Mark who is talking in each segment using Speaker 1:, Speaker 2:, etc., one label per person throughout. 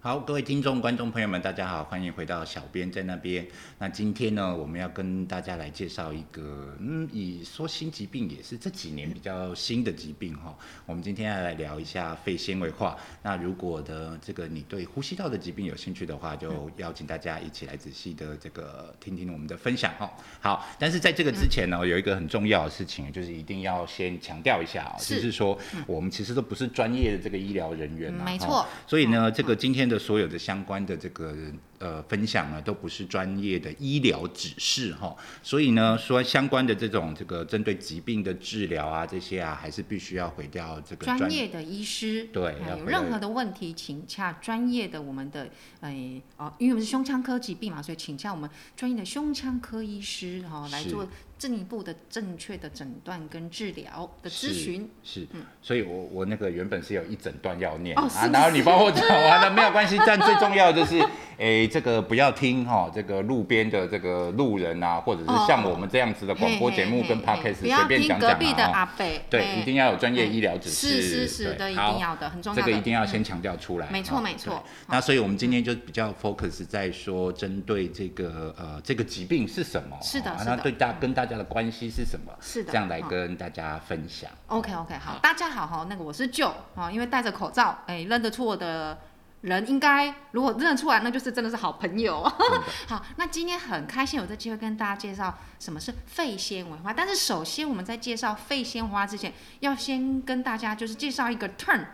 Speaker 1: 好，各位听众、观众朋友们，大家好，欢迎回到小编在那边。那今天呢，我们要跟大家来介绍一个，嗯，以说新疾病也是这几年比较新的疾病哈、我们今天要来聊一下肺纤维化。那如果的这个你对呼吸道的疾病有兴趣的话，就邀请大家一起来仔细的这个听听我们的分享哈、好，但是在这个之前呢，有一个很重要的事情，就是一定要先强调一下、哦，
Speaker 2: 是嗯
Speaker 1: 就是说我们其实都不是专业的这个医疗人员、啊
Speaker 2: 嗯没
Speaker 1: 哈
Speaker 2: 错
Speaker 1: 所以呢，这个今天的所有的相关的这个呃分享呢，都不是专业的医疗指示哈。所以呢，说相关的这种这个针对疾病的治疗啊，这些啊，还是必须要回到这个
Speaker 2: 专业的医师，
Speaker 1: 对
Speaker 2: 呃
Speaker 1: 要
Speaker 2: 有
Speaker 1: 回
Speaker 2: 任
Speaker 1: 来
Speaker 2: 何的问题，请洽专业的我们的，哎、哦，因为我们是胸腔科疾病嘛，所以请洽我们专业的胸腔科医师哈、哦、来
Speaker 1: 是
Speaker 2: 做进一步的正确的诊断跟治疗的咨
Speaker 1: 是
Speaker 2: 询。
Speaker 1: 是，所以我我那个原本是有一整段要念、
Speaker 2: 嗯哦
Speaker 1: 啊
Speaker 2: 是，不
Speaker 1: 然后你
Speaker 2: 是
Speaker 1: 帮我讲 完了，没有关系。但最重要的就是， 诶、这个不要听哈、这个路边的这个路人啊，或者是
Speaker 2: 哦
Speaker 1: 像
Speaker 2: 哦
Speaker 1: 我们这样子的广播
Speaker 2: 嘿
Speaker 1: 节目
Speaker 2: 嘿
Speaker 1: 跟
Speaker 2: 嘿
Speaker 1: podcast
Speaker 2: 不要
Speaker 1: 随便
Speaker 2: 听
Speaker 1: 讲
Speaker 2: 隔
Speaker 1: 讲
Speaker 2: 壁的
Speaker 1: 啊、
Speaker 2: 阿
Speaker 1: 哦。
Speaker 2: 伯，
Speaker 1: 对，
Speaker 2: 嘿
Speaker 1: 一定要有专业医疗指示。
Speaker 2: 是是是的，
Speaker 1: 对
Speaker 2: 一
Speaker 1: 好
Speaker 2: 定要的，很重要
Speaker 1: 这
Speaker 2: 的。嗯
Speaker 1: 个一定要先强调出来。
Speaker 2: 没错
Speaker 1: 哦
Speaker 2: 没错
Speaker 1: 对
Speaker 2: 好
Speaker 1: 那所以我们今天就比较 focus 在说，针对这个呃这个疾病是什么？
Speaker 2: 是的
Speaker 1: 哦
Speaker 2: 是
Speaker 1: 那
Speaker 2: 的
Speaker 1: 对大跟大家的关系是什么？
Speaker 2: 是的
Speaker 1: 这样来
Speaker 2: 哦
Speaker 1: 跟大家分享。
Speaker 2: OK OK，好，大家好哈，那个我是舅哈，因为戴着口罩，哎、认得出我的人应该，如果认得出来，那就是真的是好朋友。 好，那今天很开心有这机会跟大家介绍什么是肺纤维化，但是首先我们在介绍肺纤维化之前，要先跟大家就是介绍一个 term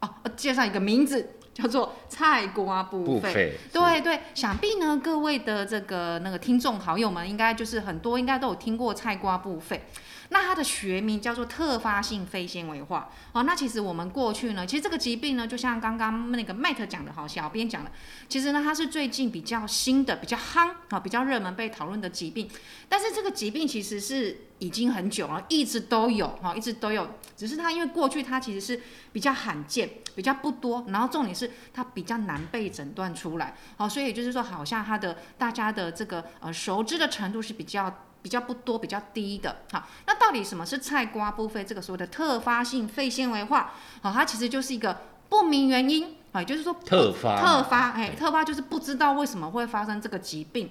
Speaker 2: 哦，呃介绍一个名字叫做菜瓜
Speaker 1: 部
Speaker 2: 部分。
Speaker 1: 费
Speaker 2: 对对，想必呢，各位的这个那个听众好友们，应该就是很多应该都有听过菜瓜布肺。那它的学名叫做特发性非纤维化哦。那其实我们过去呢，其实这个疾病呢，就像刚刚那个 Matt 讲的哈，小编讲的，其实呢，它是最近比较新的、比较夯啊、比较热门被讨论的疾病。但是这个疾病其实是已经很久了，一直都有哦哈，一直都有。只是它因为过去它其实是比较罕见、比较不多，然后重点是它比较难被诊断出来。好、所以也就是说，好像它的大家的这个呃熟知的程度是比较比较不多、比较低的。好，那到底什么是菜瓜布肺这个所谓的特发性肺纤维化？好、它其实就是一个不明原因啊，也就是说
Speaker 1: 特发
Speaker 2: 特发，哎、
Speaker 1: 对
Speaker 2: 特发就是不知道为什么会发生这个疾病。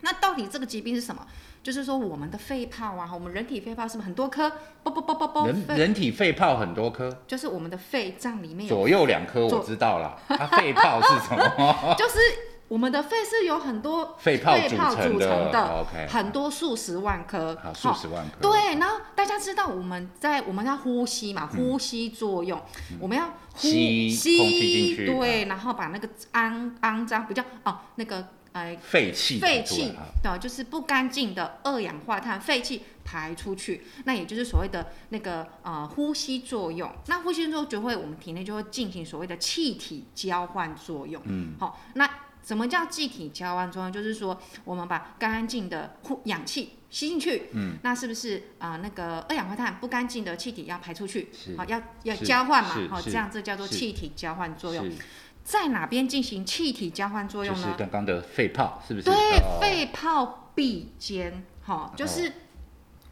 Speaker 2: 那到底这个疾病是什么？就是说我们的肺泡啊，我们人体肺泡是不是很多颗？不不不不不，
Speaker 1: 人
Speaker 2: 肺
Speaker 1: 人体肺泡很多颗，
Speaker 2: 就是我们的肺脏里面有
Speaker 1: 左右两颗
Speaker 2: 左
Speaker 1: 我知道啦。啊，肺泡是什 么？
Speaker 2: 就是我们的肺是有很多
Speaker 1: 肺泡组
Speaker 2: 泡
Speaker 1: 成
Speaker 2: 组
Speaker 1: 的
Speaker 2: 成的，
Speaker 1: OK，
Speaker 2: 很多数十万颗，
Speaker 1: 好，数十万颗。
Speaker 2: 对，然后大家知道我们在我们要呼吸嘛，呼吸作用，我们要呼
Speaker 1: 嗯吸空气进去嗯
Speaker 2: 对，然后把那个肮肮脏比较哦那个呃
Speaker 1: 废气
Speaker 2: 废
Speaker 1: 跑出来
Speaker 2: 气
Speaker 1: 啊
Speaker 2: 的，就是不干净的二氧化碳废气排出去，那也就是所谓的那个呃呼吸作用。那呼吸作用就会我们体内就会进行所谓的气体交换作用。嗯，好、那什么叫气体交换作用？就是说我们把干净的呼氧气吸进去，嗯，那是不是啊、呃那个二氧化碳不干净的气体要排出去
Speaker 1: 是？
Speaker 2: 好、要要
Speaker 1: 是
Speaker 2: 交换嘛
Speaker 1: 是，
Speaker 2: 好、
Speaker 1: 是
Speaker 2: 这样这叫做
Speaker 1: 是
Speaker 2: 气体交换作用。
Speaker 1: 是
Speaker 2: 在哪边进行气体交换作
Speaker 1: 就
Speaker 2: 用
Speaker 1: 是
Speaker 2: 呢？
Speaker 1: 刚刚的肺泡，是不是？
Speaker 2: 对
Speaker 1: 哦，
Speaker 2: 肺泡壁间，哈、就是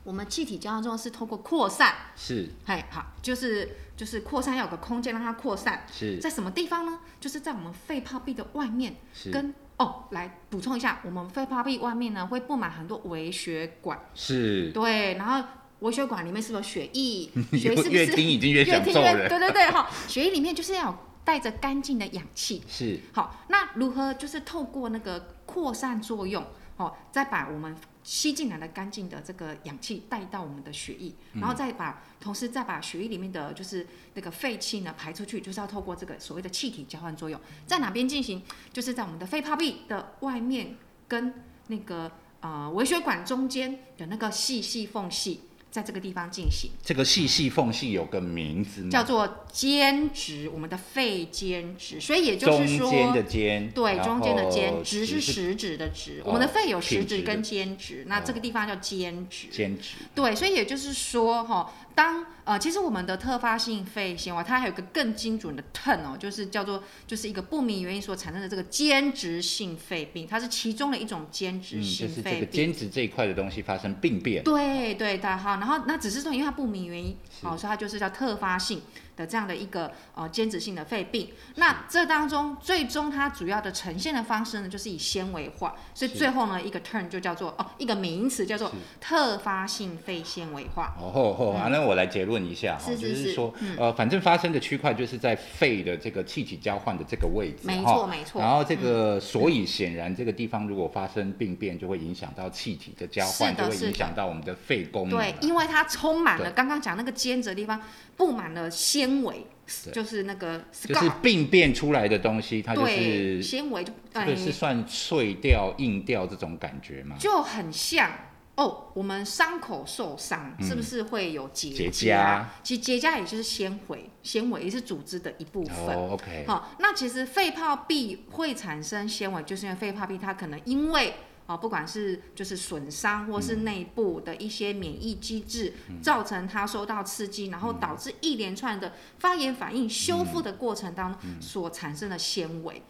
Speaker 2: 我们气体交换作用是透过扩散，
Speaker 1: 是
Speaker 2: 嘿，好，就是就是扩散要有个空间让它扩散，
Speaker 1: 是
Speaker 2: 在什么地方呢？就是在我们肺泡壁的外面，
Speaker 1: 是
Speaker 2: 跟哦，来补充一下，我们肺泡壁外面呢会布满很多微血管，
Speaker 1: 是，
Speaker 2: 对，然后。微血管里面是不是有血液？血液是 不
Speaker 1: 越
Speaker 2: 是
Speaker 1: 听已经越
Speaker 2: 越
Speaker 1: 想
Speaker 2: 听
Speaker 1: 揍
Speaker 2: 越
Speaker 1: 人。
Speaker 2: 对对对哈，血液里面就是要有带着干净的氧气，
Speaker 1: 是
Speaker 2: 好，那如何就是透过那个扩散作用，哦，再把我们吸进来的干净的这个氧气带到我们的血液，
Speaker 1: 嗯
Speaker 2: 然后再把同时再把血液里面的就是那个废气呢排出去，就是要透过这个所谓的气体交换作用，在哪边进行？就是在我们的肺泡壁的外面跟那个呃微血管中间的那个细细缝隙，在这个地方进行。
Speaker 1: 这个细细缝隙有个名字
Speaker 2: 叫
Speaker 1: 吗？
Speaker 2: 做间质，我们的肺间质，所以也就
Speaker 1: 中
Speaker 2: 是说，
Speaker 1: 间的间，
Speaker 2: 对，
Speaker 1: 然
Speaker 2: 中间的
Speaker 1: 后
Speaker 2: 间，直是
Speaker 1: 是
Speaker 2: 食指的直。
Speaker 1: 哦
Speaker 2: 我们的肺有食
Speaker 1: 挺直的
Speaker 2: 指
Speaker 1: 哦
Speaker 2: 跟间指，那这个地方叫间指。
Speaker 1: 间直，
Speaker 2: 对，所以也就是说，哈，当呃，其实我们的特发性肺纤维它还有一个更精准的 term 哦，就是叫做就是一个不明原因所产生的这个间质性肺病，它是其中的一种间质
Speaker 1: 嗯，就
Speaker 2: 性
Speaker 1: 是这
Speaker 2: 肺
Speaker 1: 个
Speaker 2: 病。
Speaker 1: 兼职这一块的东西发生病变，
Speaker 2: 对对的哈，然后那只是说，因为它不明原因，
Speaker 1: 是
Speaker 2: 好、所以它就是叫特发性的这样的一个呃间质性的肺病。那这当中最终它主要的呈现的方式呢，就是以纤维化，所以
Speaker 1: 是
Speaker 2: 最后呢一个 term 就叫做哦一个名词叫做
Speaker 1: 是
Speaker 2: 特发性肺纤维化。
Speaker 1: 哦吼吼，啊，那我来结论一下哈，
Speaker 2: 嗯是
Speaker 1: 就是
Speaker 2: 是嗯
Speaker 1: 说，呃，反正发生的区块就是在肺的这个气体交换的这个位置，
Speaker 2: 没
Speaker 1: 哈
Speaker 2: 错没错嗯
Speaker 1: 然后这个，所以显然这个地方如果发生病变，就会影响到气体的交换，
Speaker 2: 是
Speaker 1: 就
Speaker 2: 的
Speaker 1: 会
Speaker 2: 是的
Speaker 1: 影响到我们的肺功能
Speaker 2: 对
Speaker 1: 了。，
Speaker 2: 因为它充满了
Speaker 1: 对
Speaker 2: 刚刚讲那个尖子的地方布满了纤维，就是那个
Speaker 1: 就是
Speaker 2: scar，
Speaker 1: 病变出来的东西，它就
Speaker 2: 对，
Speaker 1: 是
Speaker 2: 纤维就
Speaker 1: 这个是
Speaker 2: 哎
Speaker 1: 算碎掉、硬掉这种感觉吗？
Speaker 2: 就很像哦，我们伤口受伤是不是会有结
Speaker 1: 结
Speaker 2: 痂？啊其实结痂也就是纤维，纤维也是组织的一部分。
Speaker 1: 哦，OK，
Speaker 2: 好、那其实肺泡壁会产生纤维，就是因为肺泡壁它可能因为啊、不管是就是损伤或是内部的一些免疫机制，造成它受到刺激，然后导致一连串的发炎反应修复的过程当中所产生的纤维。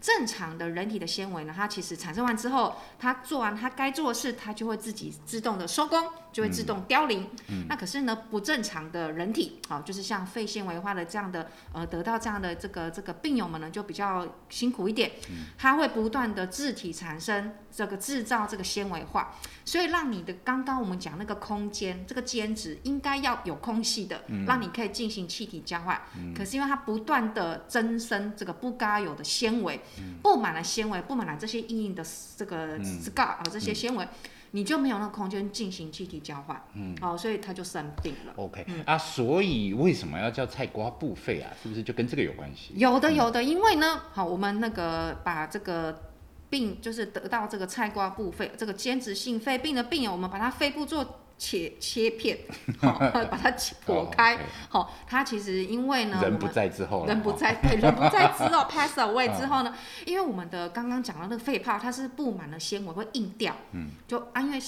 Speaker 2: 正常的人体的纤维呢，它其实产生完之后，它做完它该做的事，它就会自己自动的收工，就会自动凋零。那可是呢，不正常的人体，好、就是像肺纤维化的这样的呃，得到这样的这个这个病友们呢，就比较辛苦一点，它会不断的自体产生这个制造这个纤维化，所以让你的刚刚我们讲那个空间，这个间质应该要有空隙的，让你可以进行气体交换。可是因为它不断的增生这个不该有的纤维，布满了纤维，布满了这些硬硬的这个 scar 啊、这些纤维。你就没有那个空间进行气体交换，嗯，哦，所以它就生病了。
Speaker 1: OK 啊，所以为什么要叫菜瓜布肺啊？是不是就跟这个有关系？
Speaker 2: 有的有的，因为呢，好，我们那个把这个病，就是得到这个菜瓜布肺这个间质性肺病的病友，我们把它肺部做切切片， 好， 把它切
Speaker 1: 哦
Speaker 2: 剖开
Speaker 1: ，OK。
Speaker 2: 好，它其实因为呢，我
Speaker 1: 人
Speaker 2: 们
Speaker 1: 不在之后了，
Speaker 2: 嗯
Speaker 1: 嗯
Speaker 2: 人不
Speaker 1: 哦
Speaker 2: 在， 对，人不在之 后 pass away 之后呢，因为我们的刚刚讲到那个肺泡，它是布满了纤维，会硬掉，嗯，就啊，因为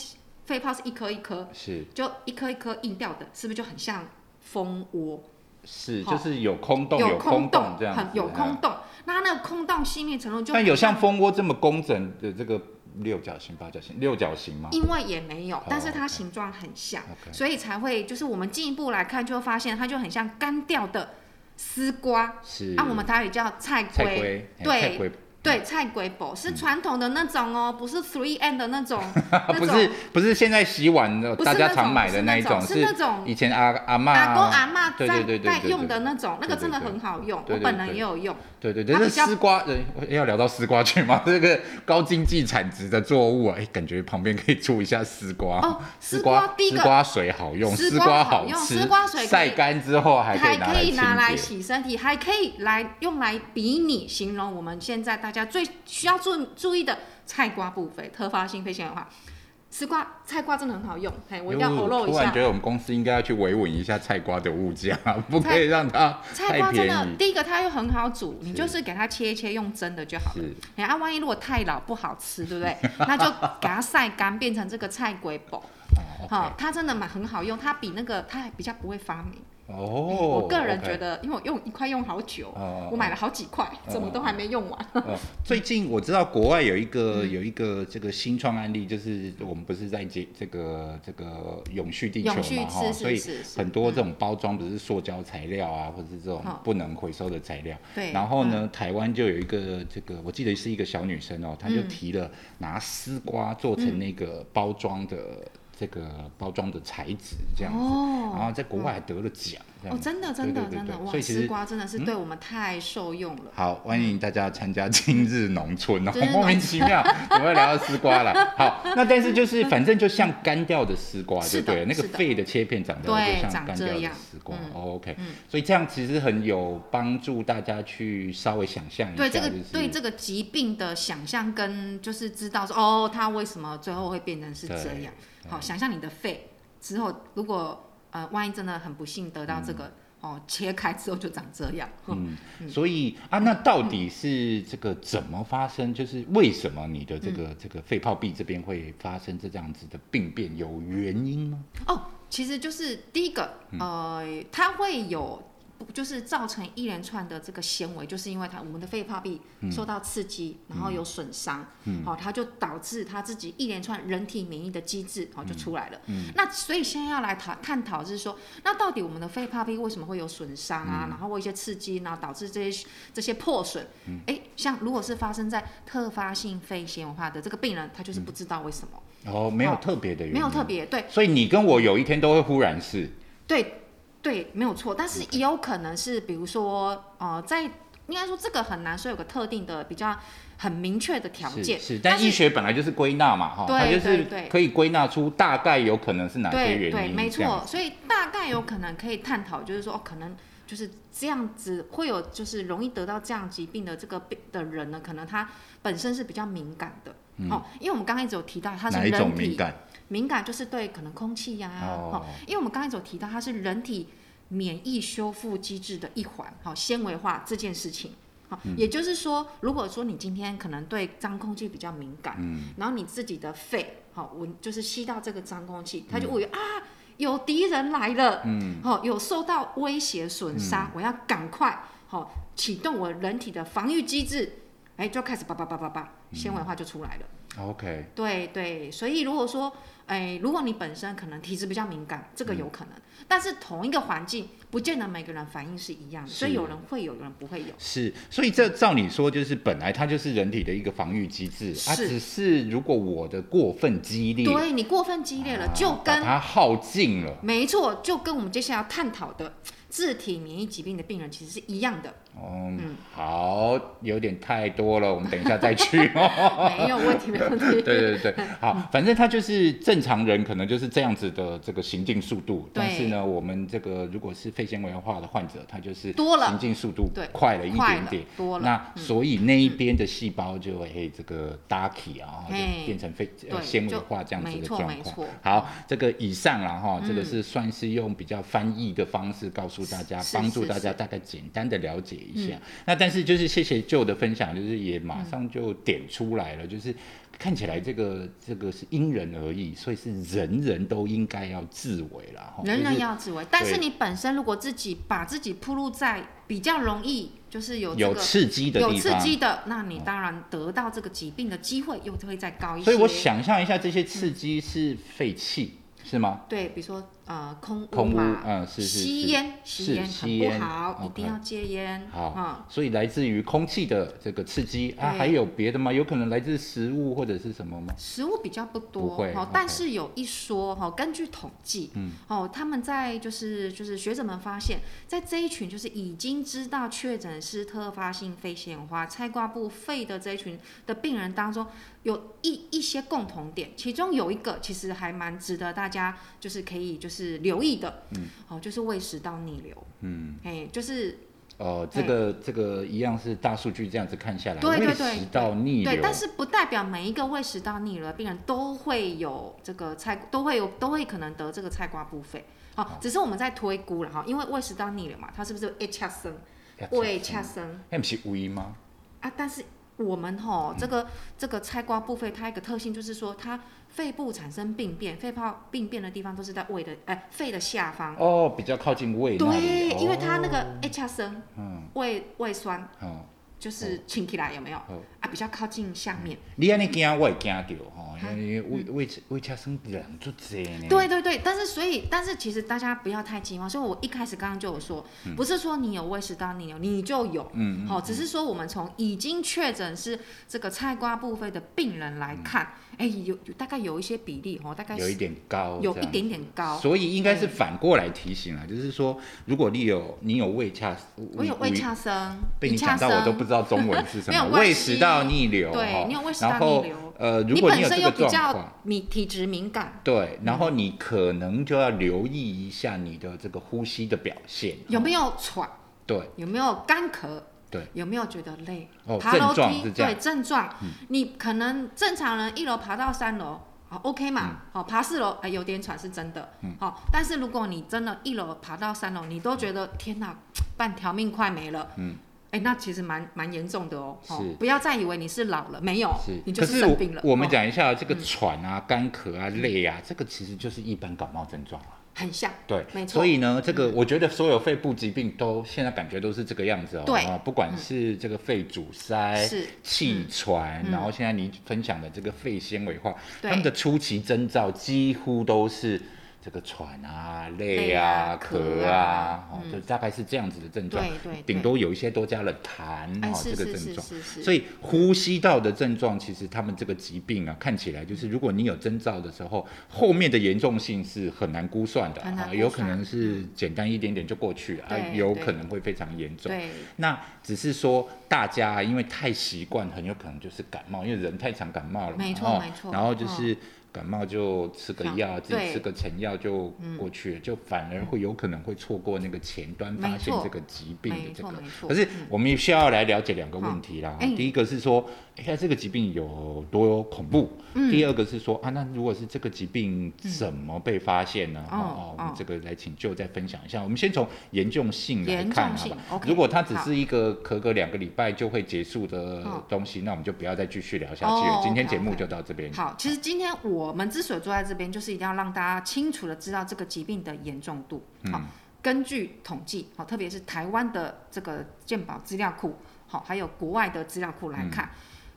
Speaker 2: 肺泡是一颗一颗，
Speaker 1: 哦是
Speaker 2: 就一颗一颗硬掉的，是不是就很像蜂窝？
Speaker 1: 是，
Speaker 2: 好
Speaker 1: 就是有空洞，
Speaker 2: 有
Speaker 1: 空
Speaker 2: 洞，
Speaker 1: 这样子
Speaker 2: 很有空
Speaker 1: 嗯
Speaker 2: 洞。那它那个空洞细密程度就
Speaker 1: 但有
Speaker 2: 不像
Speaker 1: 像蜂窝这么工整的这个六角形、八角形、六角形吗？
Speaker 2: 因为也没有
Speaker 1: 哦，
Speaker 2: 但是它
Speaker 1: OK
Speaker 2: 形状很像
Speaker 1: OK
Speaker 2: 所以才会就是我们进一步来看，就会发现它就很像干掉的丝瓜，
Speaker 1: 是
Speaker 2: 啊，我们台语叫菜
Speaker 1: 菜
Speaker 2: 龟，
Speaker 1: 龟，哎
Speaker 2: 对
Speaker 1: 菜龟，
Speaker 2: 对，菜龟煲是传统的那种哦，不是 three and 的那种，那
Speaker 1: 不
Speaker 2: 种
Speaker 1: 是不是现在洗碗的
Speaker 2: 不是
Speaker 1: 大家
Speaker 2: 那
Speaker 1: 常
Speaker 2: 种
Speaker 1: 买
Speaker 2: 不
Speaker 1: 的
Speaker 2: 是那
Speaker 1: 一种，
Speaker 2: 种是那种
Speaker 1: 以前阿阿妈
Speaker 2: 阿公阿妈
Speaker 1: 对
Speaker 2: 在
Speaker 1: 对对对
Speaker 2: 在
Speaker 1: 对
Speaker 2: 用
Speaker 1: 对
Speaker 2: 的那种，那个
Speaker 1: 对
Speaker 2: 真的
Speaker 1: 对
Speaker 2: 很好用，
Speaker 1: 对
Speaker 2: 我
Speaker 1: 对
Speaker 2: 本人
Speaker 1: 对
Speaker 2: 也有用。
Speaker 1: 对对对，
Speaker 2: 它
Speaker 1: 这
Speaker 2: 比较
Speaker 1: 丝瓜，对要聊到丝瓜去吗？ 这个高经济产值的作物啊，哎，感觉旁边可以种一下丝瓜。
Speaker 2: 哦
Speaker 1: 丝
Speaker 2: 丝瓜
Speaker 1: 瓜，
Speaker 2: 第一
Speaker 1: 丝
Speaker 2: 个
Speaker 1: 瓜水好用，
Speaker 2: 丝
Speaker 1: 丝
Speaker 2: 瓜
Speaker 1: 瓜
Speaker 2: 好
Speaker 1: 好
Speaker 2: 用
Speaker 1: 吃，
Speaker 2: 丝瓜水可以
Speaker 1: 晒干之后还可
Speaker 2: 还
Speaker 1: 以拿来
Speaker 2: 可以
Speaker 1: 清
Speaker 2: 拿来
Speaker 1: 洁
Speaker 2: 洗身体，还可以来用来比拟形容我们现在大家最需要注注意的菜瓜部分，特发性肺纤维化。丝瓜菜瓜真的很好用，嘿，我一定要
Speaker 1: 哟
Speaker 2: 透露一
Speaker 1: 突然
Speaker 2: 下
Speaker 1: 觉，得我们公司应该要去维稳一下菜瓜的物价， 不可以让它
Speaker 2: 菜
Speaker 1: 太
Speaker 2: 瓜真
Speaker 1: 便
Speaker 2: 的
Speaker 1: 宜。
Speaker 2: 第一个它又很好煮，你
Speaker 1: 是
Speaker 2: 就是给它切一切用蒸的就好了
Speaker 1: 是。
Speaker 2: 哎啊，万一如果太老不好吃，对 不对？那就给它晒干，变成这个菜龟煲。
Speaker 1: 哦
Speaker 2: 哈、它真的蛮很好用，它比那个它还比较不会发
Speaker 1: ，OK
Speaker 2: 霉。嗯
Speaker 1: 哦，
Speaker 2: 我个人觉
Speaker 1: OK
Speaker 2: 得，因为我用一块用好久，
Speaker 1: 哦
Speaker 2: 我买了好几块，怎么都还没用完。
Speaker 1: 哦，最近我知道国外有一个
Speaker 2: 嗯
Speaker 1: 有一个这个新创案例，就是我们不是在这这个这个永续地球
Speaker 2: 永续
Speaker 1: 嘛哈，
Speaker 2: 是是
Speaker 1: 所以
Speaker 2: 是是
Speaker 1: 很多这种包装不是塑胶材料啊，或者是这种
Speaker 2: 好
Speaker 1: 不能回收的材料。
Speaker 2: 对嗯
Speaker 1: 然后呢，台湾就有一个这个，我记得是一个小女生哦，她就提了拿丝瓜做成那个包装的这个包装的材质这样子，
Speaker 2: 哦
Speaker 1: 然后在国外还得了奖。这样
Speaker 2: 哦，
Speaker 1: 子
Speaker 2: 真的，真的，
Speaker 1: 对对
Speaker 2: 真
Speaker 1: 对
Speaker 2: 的，
Speaker 1: 对
Speaker 2: 哇，
Speaker 1: 所以其实嗯
Speaker 2: 丝瓜真的是对我们太受用了。
Speaker 1: 好，欢迎大家参加今日农村哦
Speaker 2: 今日，农村
Speaker 1: 莫名其妙怎么会聊到丝瓜 了？好，那但是就是反正就像干掉的丝瓜，
Speaker 2: 是
Speaker 1: 就
Speaker 2: 的
Speaker 1: 对了，那个
Speaker 2: 是的
Speaker 1: 肺的切片长得就
Speaker 2: 对
Speaker 1: 像
Speaker 2: 长
Speaker 1: 干
Speaker 2: 这
Speaker 1: 掉的
Speaker 2: 样
Speaker 1: 丝瓜。
Speaker 2: 嗯
Speaker 1: 哦 OK，、所以这样其实很有帮助大家去稍微想象一下，
Speaker 2: 对这个
Speaker 1: 就是
Speaker 2: 对这个疾病的想象跟就是知道说哦，它为什么最后会变成是
Speaker 1: 对
Speaker 2: 这样？好，想象你的肺之后，如果呃万一真的很不幸得到这个、哦，切开之后就长这样。
Speaker 1: 嗯，所以啊，那到底是这个怎么发生？就是为什么你的
Speaker 2: 嗯
Speaker 1: 这个、这个肺泡壁这边会发生这样子的病变？有原因吗？
Speaker 2: 哦，其实就是第一个，
Speaker 1: 嗯
Speaker 2: 呃，它会有。就是造成一连串的这个纤维，就是因为它我们的肺泡壁
Speaker 1: 嗯
Speaker 2: 受到刺激，然后有损伤，好、哦，它就导致它自己一连串人体免疫的机制，
Speaker 1: 嗯
Speaker 2: 好、哦、就出来了。那所以现在要来讨探讨，就是说，那到底我们的肺泡壁为什么会有损伤
Speaker 1: 嗯
Speaker 2: 啊？然后或一些刺激，然后导致这些这些破损。
Speaker 1: 嗯
Speaker 2: 哎、像如果是发生在特发性肺纤维化的这个病人，他就是不知道为什么，
Speaker 1: 哦，没有
Speaker 2: 哦
Speaker 1: 特别的嗯原因，
Speaker 2: 没有特，别对
Speaker 1: 所以你跟我有一天都会忽然是，
Speaker 2: 对对，没有错。但是也有可能是，比如说，呃，在应该说这个很难说有个特定的比较很明确的条
Speaker 1: 是
Speaker 2: 件，
Speaker 1: 是，
Speaker 2: 但
Speaker 1: 但医学本来就是归纳嘛，哈，
Speaker 2: 对
Speaker 1: 它就是
Speaker 2: 对对
Speaker 1: 可以归纳出大概有可能是哪些
Speaker 2: 对
Speaker 1: 原
Speaker 2: 对，
Speaker 1: 因，
Speaker 2: 没
Speaker 1: 这样
Speaker 2: 错。所以大概有可能可以探讨，就是说，哦，可能就是这样子会有，就是容易得到这样疾病的这个病的人呢，可能他本身是比较敏感的、哦，因为我们刚才一直有提到他
Speaker 1: 嗯
Speaker 2: 是
Speaker 1: 哪一
Speaker 2: 人体
Speaker 1: 种敏感？
Speaker 2: 敏感就是对可能空气呀、
Speaker 1: 哦
Speaker 2: 哦，因为我们刚才有提到它是人体免疫修复机制的一环，好、纤维化这件事情。好，
Speaker 1: 嗯
Speaker 2: 也就是说，如果说你今天可能对脏空气比较敏感，
Speaker 1: 嗯，
Speaker 2: 然后你自己的肺，好、闻就是吸到这个脏空气，它就会有、啊，有敌人来了，
Speaker 1: 嗯，
Speaker 2: 好、有受到威胁损伤，我要赶快好、启动我人体的防御机制，哎，就开始叭叭叭叭叭，
Speaker 1: 嗯
Speaker 2: 纤维化就出来了。
Speaker 1: OK，
Speaker 2: 对对，所以如果说，哎，如果你本身可能体质比较敏感，
Speaker 1: 嗯
Speaker 2: 这个有可能，但是同一个环境，不见得每个人反应是一样的，所以
Speaker 1: 是
Speaker 2: 有人会有，有人不会有。
Speaker 1: 是，所以这照你说，就是本来它就是人体的一个防御机制啊，
Speaker 2: 是
Speaker 1: 只是如果我的过分激烈，
Speaker 2: 对你过分激烈了，
Speaker 1: 啊
Speaker 2: 就
Speaker 1: 把
Speaker 2: 跟
Speaker 1: 它耗尽了。
Speaker 2: 没错，就跟我们接下来要探讨的自体免疫疾病的病人其实是一 样的。
Speaker 1: 嗯，好，有点太多了，我们等一下再去哦。
Speaker 2: 没有问题，没有问题。
Speaker 1: 对对 对，好，反正它就是正常人可能就是这样子的这个行进速度，但是呢，我们这个如果是肺纤维化的患者，他就是
Speaker 2: 多了
Speaker 1: 行进速度
Speaker 2: 对
Speaker 1: 快了一
Speaker 2: 快
Speaker 1: 点
Speaker 2: 了
Speaker 1: 点，
Speaker 2: 多了嗯
Speaker 1: 那所以那一边的细胞就会这个 darky 啊，就
Speaker 2: 嗯嘿
Speaker 1: 变成肺呃
Speaker 2: 对
Speaker 1: 纤维
Speaker 2: 就
Speaker 1: 化这样子
Speaker 2: 没
Speaker 1: 的
Speaker 2: 错
Speaker 1: 状
Speaker 2: 没
Speaker 1: 况
Speaker 2: 错。
Speaker 1: 好，这个以上啦哈，这个
Speaker 2: 嗯
Speaker 1: 是算是用比较翻译的方式告诉大家，
Speaker 2: 是
Speaker 1: 帮助
Speaker 2: 是
Speaker 1: 大
Speaker 2: 是嗯
Speaker 1: 家大概简单的了解一下。那但是就是谢谢旧的分享，就是也马上就点出来了，就是看起来这个这个是因人而异，所以是人人都应该要自为啦。哈
Speaker 2: 人
Speaker 1: 就
Speaker 2: 人
Speaker 1: 是
Speaker 2: 要自卫，但是
Speaker 1: 对
Speaker 2: 你本身如果自己把自己铺路在比较容易就是有这
Speaker 1: 有
Speaker 2: 个
Speaker 1: 刺激的
Speaker 2: 有
Speaker 1: 地
Speaker 2: 刺
Speaker 1: 方。
Speaker 2: 激的，那你当然得到这个疾病的机会又会再高一些。
Speaker 1: 所以我想象一下，这些刺
Speaker 2: 嗯
Speaker 1: 激是废气、是吗？
Speaker 2: 对，比如说呃，空
Speaker 1: 空
Speaker 2: 嘛，
Speaker 1: 污嗯是是
Speaker 2: 吸
Speaker 1: 是
Speaker 2: 烟，
Speaker 1: 是
Speaker 2: 吸烟
Speaker 1: 吸烟
Speaker 2: 很不好，一定
Speaker 1: OK
Speaker 2: 要戒烟。啊
Speaker 1: 好，所以来自于空气的这个刺激啊，
Speaker 2: 对
Speaker 1: 还有别的吗？有可能来自食物或者是什么吗
Speaker 2: 嗯，？食物比较不
Speaker 1: 不
Speaker 2: 多
Speaker 1: 会
Speaker 2: 哦
Speaker 1: OK，
Speaker 2: 但是有一说哈，哦根据统计，嗯，哦，他们在就是就是学者们发现，在这一群就是已经知道确诊是特发性肺纤维化、菜瓜布肺的这一群的病人当中，有一一些共同点，其中有一个其实还蛮值得大家就是可以就是留意的，嗯，哦，就是胃食道逆流，嗯，哎，就是
Speaker 1: 哦，这个这个一样是大数据这样子看下来，
Speaker 2: 嗯对对
Speaker 1: 胃
Speaker 2: 对
Speaker 1: 食道逆
Speaker 2: 对，
Speaker 1: 流
Speaker 2: 但是不代表每一个胃食道逆流的病人都会有这个菜，都会有都会可能得这个菜瓜布肺。
Speaker 1: 哦
Speaker 2: 好、只是我们在推估了哈，因为胃食道逆流嘛，它是不是 H 生
Speaker 1: 要吃
Speaker 2: 胃
Speaker 1: 什么
Speaker 2: H 生
Speaker 1: 哎那不是胃吗？
Speaker 2: 啊？但是我们
Speaker 1: 嗯
Speaker 2: 吼、这个这个菜瓜布肺它一个特性就是说，它肺部产生病变，肺泡病变的地方都是在胃的哎、肺的下方。
Speaker 1: 哦，比较靠近胃那里
Speaker 2: 对，，因为
Speaker 1: 哦
Speaker 2: 它那个 H 生
Speaker 1: 嗯
Speaker 2: 胃胃酸
Speaker 1: 哦，
Speaker 2: 就是请起来有没有、
Speaker 1: 哦
Speaker 2: 啊？比较靠近下面。
Speaker 1: 你安尼惊我也惊到吼，
Speaker 2: 啊
Speaker 1: 因为胃
Speaker 2: 嗯
Speaker 1: 胃胃吃生人足济呢。
Speaker 2: 对对对，但是所以，但是其实大家不要太惊慌。所以我一开始刚刚就有说，不是说你有胃食道逆流你就有，
Speaker 1: 嗯嗯，嗯
Speaker 2: 好、只是说我们从已经确诊是这个菜瓜部分的病人来看，哎、有有大概有一些比例哦，大概
Speaker 1: 嗯有一
Speaker 2: 是
Speaker 1: 点高，
Speaker 2: 有
Speaker 1: 这
Speaker 2: 一
Speaker 1: 样
Speaker 2: 点点高，
Speaker 1: 所以应该是反过来提醒啊，就是说，如果你有你有胃恰，
Speaker 2: 我有胃恰生，
Speaker 1: 被
Speaker 2: 乙
Speaker 1: 你
Speaker 2: 恰
Speaker 1: 讲到我都不
Speaker 2: 生，
Speaker 1: 知道中文是什
Speaker 2: 没有
Speaker 1: 么，
Speaker 2: 关系
Speaker 1: 胃食道逆流，
Speaker 2: 对
Speaker 1: 哦
Speaker 2: 你有胃食道
Speaker 1: 然后
Speaker 2: 逆流
Speaker 1: 呃，如
Speaker 2: 你
Speaker 1: 果你
Speaker 2: 本
Speaker 1: 有
Speaker 2: 身
Speaker 1: 这
Speaker 2: 又
Speaker 1: 个状
Speaker 2: 比
Speaker 1: 况
Speaker 2: 较，嗯你体质敏感，
Speaker 1: 对，然后你可能就要留意一下你的这个呼吸的表现，
Speaker 2: 有没有喘？
Speaker 1: 对
Speaker 2: 有没有干咳？
Speaker 1: 对，
Speaker 2: 有没有觉得累？
Speaker 1: 哦
Speaker 2: 爬楼
Speaker 1: 症状
Speaker 2: 梯，
Speaker 1: 是这样嗯
Speaker 2: 对症状，你可能正常人一楼爬到三楼，好 OK
Speaker 1: 嗯
Speaker 2: 嘛，好、爬四楼，哎，有点喘是真的，好、但是如果你真的一楼爬到三楼，你都觉得天哪，半条命快没了，嗯，哎，那其实蛮蛮严重的哦，哦
Speaker 1: 是
Speaker 2: 不要再以为你是老了，没有，
Speaker 1: 是。
Speaker 2: 你就
Speaker 1: 可是
Speaker 2: 生病了，
Speaker 1: 我我们
Speaker 2: 哦
Speaker 1: 讲一下这个喘啊、干咳啊、累啊，这个其实就是一般感冒症状啊。
Speaker 2: 很像，
Speaker 1: 对，
Speaker 2: 没错嗯
Speaker 1: 所以呢，这个我觉得所有肺部疾病都现在感觉都是这个样子哦。
Speaker 2: 对嗯
Speaker 1: 啊不管是这个肺阻塞、
Speaker 2: 是
Speaker 1: 气喘，
Speaker 2: 嗯
Speaker 1: 然后现在你分享的这个肺纤维化，
Speaker 2: 对
Speaker 1: 他们的初期征兆几乎都是。这个喘啊、累
Speaker 2: 累啊
Speaker 1: 啊、
Speaker 2: 咳
Speaker 1: 咳
Speaker 2: 啊
Speaker 1: 啊，哦，就大概是这样子的症状
Speaker 2: 对对对，
Speaker 1: 顶多有一些多加了痰
Speaker 2: 哎，
Speaker 1: 哦，
Speaker 2: 是
Speaker 1: 这个症
Speaker 2: 是是
Speaker 1: 状。
Speaker 2: 是是，
Speaker 1: 所
Speaker 2: 以
Speaker 1: 以呼吸道的症状，其实他们这个疾病啊，看起来就是，如果你有征兆的时候，后面的严重性是很难估算的
Speaker 2: 很难
Speaker 1: 啊，
Speaker 2: 估算
Speaker 1: 有可能是简单一点点就过去啊
Speaker 2: 对，
Speaker 1: 有
Speaker 2: 对
Speaker 1: 可能会非常严重。
Speaker 2: 对
Speaker 1: 那只是说大家因为太习惯，很有可能就是感冒，因为人太常感冒了嘛，
Speaker 2: 没错
Speaker 1: 哦
Speaker 2: 没错
Speaker 1: 然后就是感冒就吃个药，
Speaker 2: 嗯
Speaker 1: 自己
Speaker 2: 对嗯
Speaker 1: 吃个成药就过去了，就反而会有可能会错过那个前端
Speaker 2: 没
Speaker 1: 发现
Speaker 2: 错
Speaker 1: 这个疾病的
Speaker 2: 没
Speaker 1: 这
Speaker 2: 错
Speaker 1: 个
Speaker 2: 没。错
Speaker 1: 可是
Speaker 2: 嗯
Speaker 1: 我们需要来了解两个问题啦，
Speaker 2: 哎
Speaker 1: 第一个是说，哎呀，这个疾病有多恐怖？
Speaker 2: 嗯
Speaker 1: 第二个是说啊，那如果是这个疾病怎么被发现呢？
Speaker 2: 哦
Speaker 1: 哦，我
Speaker 2: 哦
Speaker 1: 们这个来请就再分享一下。我们先从严重性来
Speaker 2: 严
Speaker 1: 看，好
Speaker 2: 重性
Speaker 1: 吧？
Speaker 2: ，OK，
Speaker 1: 如果它只
Speaker 2: 好
Speaker 1: 是一个咳个两个礼拜就会结束的
Speaker 2: 嗯
Speaker 1: 东西，那我们就不要再继续聊下去了。
Speaker 2: 哦
Speaker 1: 今天
Speaker 2: OK，OK
Speaker 1: 节目就到这边。
Speaker 2: 好，其实今天我们之所以坐在这边，就是一定要让大家清楚的知道这个疾病的严重度。好、根据统计，好，特别是台湾的这个健保资料库，好，还有国外的资料库来看。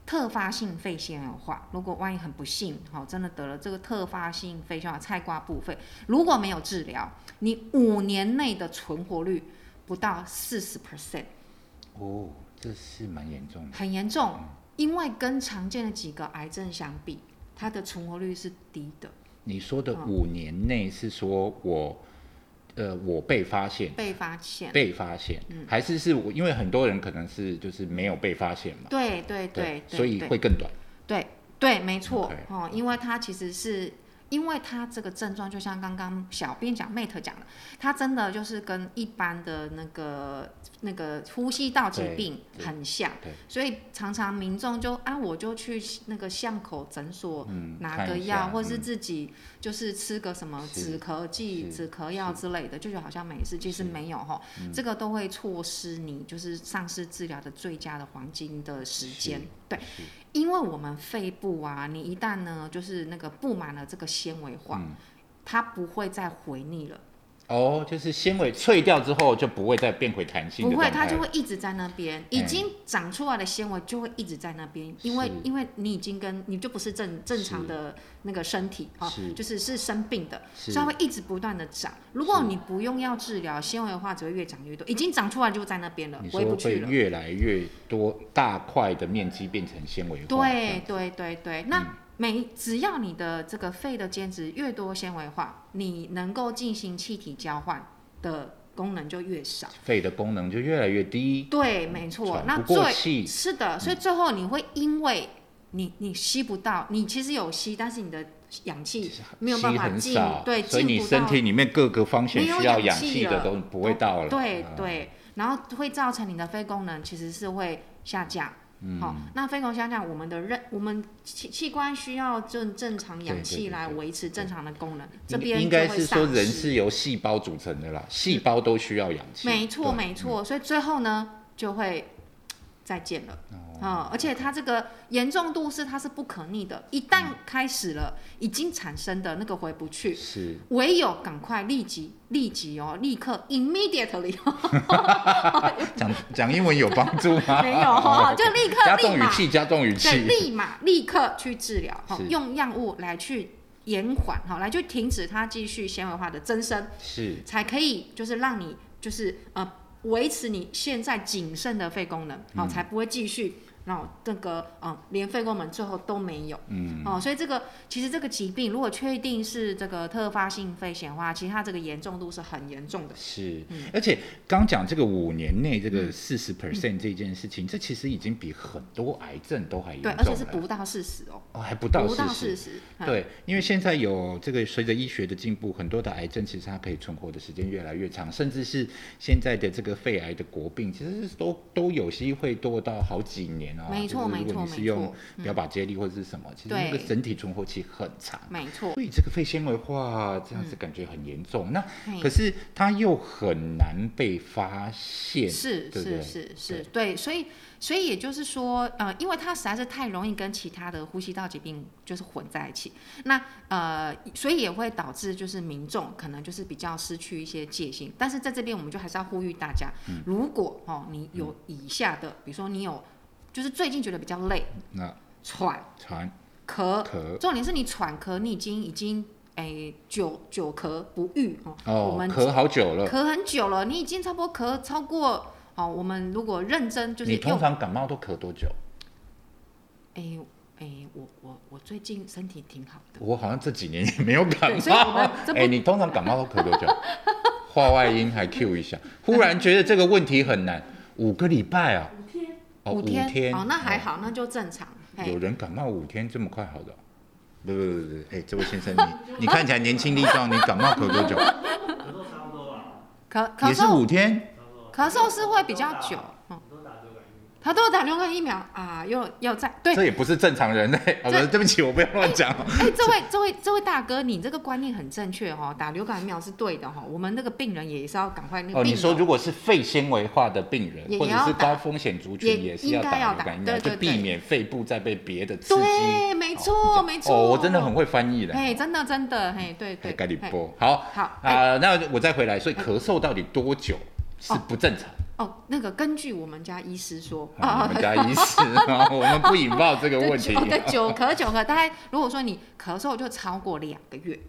Speaker 2: 特发性肺腺癌化，如果万一很不幸，好、真的得了这个特发性肺腺癌菜瓜部肺，如果没有治疗，你五年内的存活率不到四十 percent。
Speaker 1: 哦，这是蛮严重的。
Speaker 2: 很严重，因为跟常见的几个癌症相比，它的存活率是低的。
Speaker 1: 你说的
Speaker 2: 嗯
Speaker 1: 五年内是说我，呃，我被发现。
Speaker 2: 被发现，嗯
Speaker 1: 被发现，还是是我，因为很多人可能是就是没有被发现嘛，
Speaker 2: 对对对对，
Speaker 1: 所以
Speaker 2: 对
Speaker 1: 会更短。
Speaker 2: 对对，没错
Speaker 1: OK
Speaker 2: 哦，因为它其实是。因为它这个症状，就像刚刚小编讲 Mate 讲的，它真的就是跟一般的那个那个呼吸道疾
Speaker 1: 对
Speaker 2: 病
Speaker 1: 对
Speaker 2: 很像
Speaker 1: 对，
Speaker 2: 所以常常民众就啊，我就去那个巷口诊所
Speaker 1: 嗯，
Speaker 2: 拿
Speaker 1: 看
Speaker 2: 个
Speaker 1: 一下
Speaker 2: 药，或是
Speaker 1: 嗯
Speaker 2: 自己就是吃个什么
Speaker 1: 是
Speaker 2: 止咳剂、
Speaker 1: 是
Speaker 2: 止咳药之类的，就觉得好像没事，其
Speaker 1: 是
Speaker 2: 实没有哦哈，
Speaker 1: 嗯
Speaker 2: 这个都会错失你就是丧失治疗的最佳的黄金的时间
Speaker 1: 是。
Speaker 2: 对，因为我们肺部啊，你一旦呢就是那个布满了这个纤维化，
Speaker 1: 嗯
Speaker 2: 它不会再回逆了，
Speaker 1: 哦，就是纤维脆掉之后就不会再变回弹性
Speaker 2: 不
Speaker 1: 的
Speaker 2: 会，
Speaker 1: 状
Speaker 2: 它
Speaker 1: 态
Speaker 2: 就
Speaker 1: 了，
Speaker 2: 会一直在那边，已经长出来的纤维就会一直在那边，因为
Speaker 1: 是
Speaker 2: 因为你已经跟你就不是正正常
Speaker 1: 是
Speaker 2: 的那个身体啊，
Speaker 1: 是
Speaker 2: 就是是生病的，
Speaker 1: 是
Speaker 2: 所以它会一直不断的长。如果
Speaker 1: 是
Speaker 2: 你不用药治疗，纤维化只会越长越多，已经长出来就在那边了
Speaker 1: 你，
Speaker 2: 回
Speaker 1: 说
Speaker 2: 不
Speaker 1: 会
Speaker 2: 去了。
Speaker 1: 越来越多大块的面积变成纤维化，这
Speaker 2: 对
Speaker 1: 样
Speaker 2: 对对对，那每只要你的这个肺的间质越多纤维化，你能够进行气体交换的功能就越少。嗯
Speaker 1: 肺的功能就越来越低。
Speaker 2: 对，没错。
Speaker 1: 喘
Speaker 2: 那
Speaker 1: 不过
Speaker 2: 最
Speaker 1: 气
Speaker 2: 是的，所以最后你会因为你你吸不到，你其实有吸，但是你的氧气没有办
Speaker 1: 吸
Speaker 2: 法
Speaker 1: 很
Speaker 2: 进
Speaker 1: 少，，
Speaker 2: 对，
Speaker 1: 所以
Speaker 2: 进
Speaker 1: 你
Speaker 2: 不到
Speaker 1: 身体里面各个方向
Speaker 2: 没有
Speaker 1: 需要
Speaker 2: 氧
Speaker 1: 氧
Speaker 2: 气
Speaker 1: 气的
Speaker 2: 了
Speaker 1: 都不会到了。
Speaker 2: 对
Speaker 1: 啊，
Speaker 2: 对，然后会造成你的肺功能其实是会下降。
Speaker 1: 嗯
Speaker 2: 好、那肺功能下降，我们的任我们器器官需要正正常氧
Speaker 1: 对对
Speaker 2: 气
Speaker 1: 对
Speaker 2: 来维持正常的功能，这
Speaker 1: 应
Speaker 2: 边
Speaker 1: 应
Speaker 2: 就
Speaker 1: 该
Speaker 2: 会
Speaker 1: 是说
Speaker 2: 丧
Speaker 1: 人
Speaker 2: 失
Speaker 1: 是由细胞组成的啦，细胞都需要氧气。
Speaker 2: 没错，
Speaker 1: 对嗯
Speaker 2: 没错。所以最后呢，就会再见了。
Speaker 1: 哦
Speaker 2: 嗯，而且它这个严重度是它是不可逆的，一旦开始了，已经产生的那个回不去，
Speaker 1: 是
Speaker 2: 唯有赶快立即、立即哦，立刻 immediately 哦，
Speaker 1: 讲讲英文有帮助 吗？
Speaker 2: 没有哦，就立
Speaker 1: 加
Speaker 2: 刻立
Speaker 1: 重语
Speaker 2: 马，
Speaker 1: 气，加重语
Speaker 2: 对，
Speaker 1: 气。
Speaker 2: 立马立刻去治 疗，哦
Speaker 1: 是
Speaker 2: 用药物来去延缓，哈，来去停止它继续纤维化的增生。
Speaker 1: 是
Speaker 2: 才可以就是让你就是呃维持你现在仅剩的肺功能，
Speaker 1: 嗯
Speaker 2: 好、才不会继续。然后这个呃，连肺功能最后都没有，嗯，哦，所以这个其实这个疾病如果确定是这个特发性肺炎的话，其实它这个严重度是很严重的，
Speaker 1: 是，
Speaker 2: 嗯
Speaker 1: 而且刚讲这个五年内这个四十 percent 这件事情，这其实已经比很多癌症都还严
Speaker 2: 对，
Speaker 1: 重
Speaker 2: 而且是
Speaker 1: 了。
Speaker 2: 不到事实哦，
Speaker 1: 哦，还不到
Speaker 2: 不到
Speaker 1: 四十。
Speaker 2: 事实，嗯，
Speaker 1: 对，因为现在有这个随着医学的进步，很多的癌症其实它可以存活的时间越来越长，甚至是现在的这个肺癌的国病，其实是都都有机会多到好几年年啊，
Speaker 2: 没错
Speaker 1: 就是
Speaker 2: 没
Speaker 1: 如
Speaker 2: 错嗯
Speaker 1: 果你
Speaker 2: 没
Speaker 1: 是用
Speaker 2: 错
Speaker 1: 标靶接力或者是什么，其实
Speaker 2: 对
Speaker 1: 那个整体存活期很长。
Speaker 2: 没错，
Speaker 1: 所以这个肺纤维化这样子感觉很严重，那
Speaker 2: 嘿
Speaker 1: 可是它又很难被发现，
Speaker 2: 是
Speaker 1: 对不对
Speaker 2: 是是是，对，所以所以也就是说，呃，因为它实在是太容易跟其他的呼吸道疾病就是混在一起，那呃，所以也会导致就是民众可能就是比较失去一些戒心。但是在这边，我们就还是要呼吁大家，
Speaker 1: 嗯
Speaker 2: 如果哦你有以下的，比如说你有就是最近觉得比较累、
Speaker 1: 嗯那
Speaker 2: 喘、
Speaker 1: 传
Speaker 2: 咳，
Speaker 1: 咳
Speaker 2: 重点是你喘咳，你已经已经诶、久久咳不愈哦，我
Speaker 1: 哦，
Speaker 2: 们
Speaker 1: 咳好久了，
Speaker 2: 咳很久了，你已经差不多咳超过哦。我们如果认真就是
Speaker 1: 你通
Speaker 2: 用，
Speaker 1: 常感冒都咳多久？
Speaker 2: 哎哎，我我我最近身体挺好的，
Speaker 1: 我好像这几年也没有感
Speaker 2: 对所以我
Speaker 1: 冒
Speaker 2: 们。这不
Speaker 1: 哎、你通常感冒都咳多久？话外音还 Q 一下，忽然觉得这个问题很难。五个礼拜啊，
Speaker 3: 五天，
Speaker 1: 哦，
Speaker 2: 五
Speaker 1: 五天，
Speaker 2: 哦，那还好，那就正常。哎
Speaker 1: 哦有
Speaker 2: 嘿，
Speaker 1: 人感冒五天这么快好的哦？不不不不，哎、这位先生，你你看起来年轻力壮，你感冒咳多久？
Speaker 3: 咳嗽差不多吧，
Speaker 2: 咳
Speaker 1: 也
Speaker 2: 咳
Speaker 1: 是
Speaker 2: 嗽
Speaker 1: 五天？
Speaker 3: 差不多。
Speaker 2: 咳嗽是会比较久，嗯，
Speaker 3: 你都打流感疫
Speaker 2: 他都有打流感疫苗啊，又又在对。
Speaker 1: 这也不是正常人类。好的，对不起，我不要乱讲。
Speaker 2: 哎，这位这位这位大哥，你这个观念很正确哦，打流感疫苗是对的哈、哦。我们那个病人也是要赶快那个
Speaker 1: 哦，
Speaker 2: 病
Speaker 1: 你
Speaker 2: 友
Speaker 1: 说如果是肺纤维化的病人，
Speaker 2: 也
Speaker 1: 或者
Speaker 2: 要
Speaker 1: 是
Speaker 2: 打
Speaker 1: 高风险族群，
Speaker 2: 也
Speaker 1: 也是要
Speaker 2: 应该要
Speaker 1: 打流
Speaker 2: 打
Speaker 1: 感疫苗，
Speaker 2: 对
Speaker 1: 就
Speaker 2: 对
Speaker 1: 避
Speaker 2: 对
Speaker 1: 免肺部再被别的刺激。
Speaker 2: 对，没错没错、
Speaker 1: 哦，我真的很会翻译的。
Speaker 2: 哎，真的真的嘿，对
Speaker 1: 还
Speaker 2: 对，
Speaker 1: 盖里
Speaker 2: 嘿
Speaker 1: 波。好，
Speaker 2: 好哎
Speaker 1: 啊，那我再回来，所以咳嗽到底多久是不正常？
Speaker 2: 哦，那个根据我们家医师说，哦
Speaker 1: 啊我们家医师啊，我们不引爆这个
Speaker 2: 对
Speaker 1: 问题
Speaker 2: 久。 对久咳久咳，大概如果说你咳嗽就超过两个 月，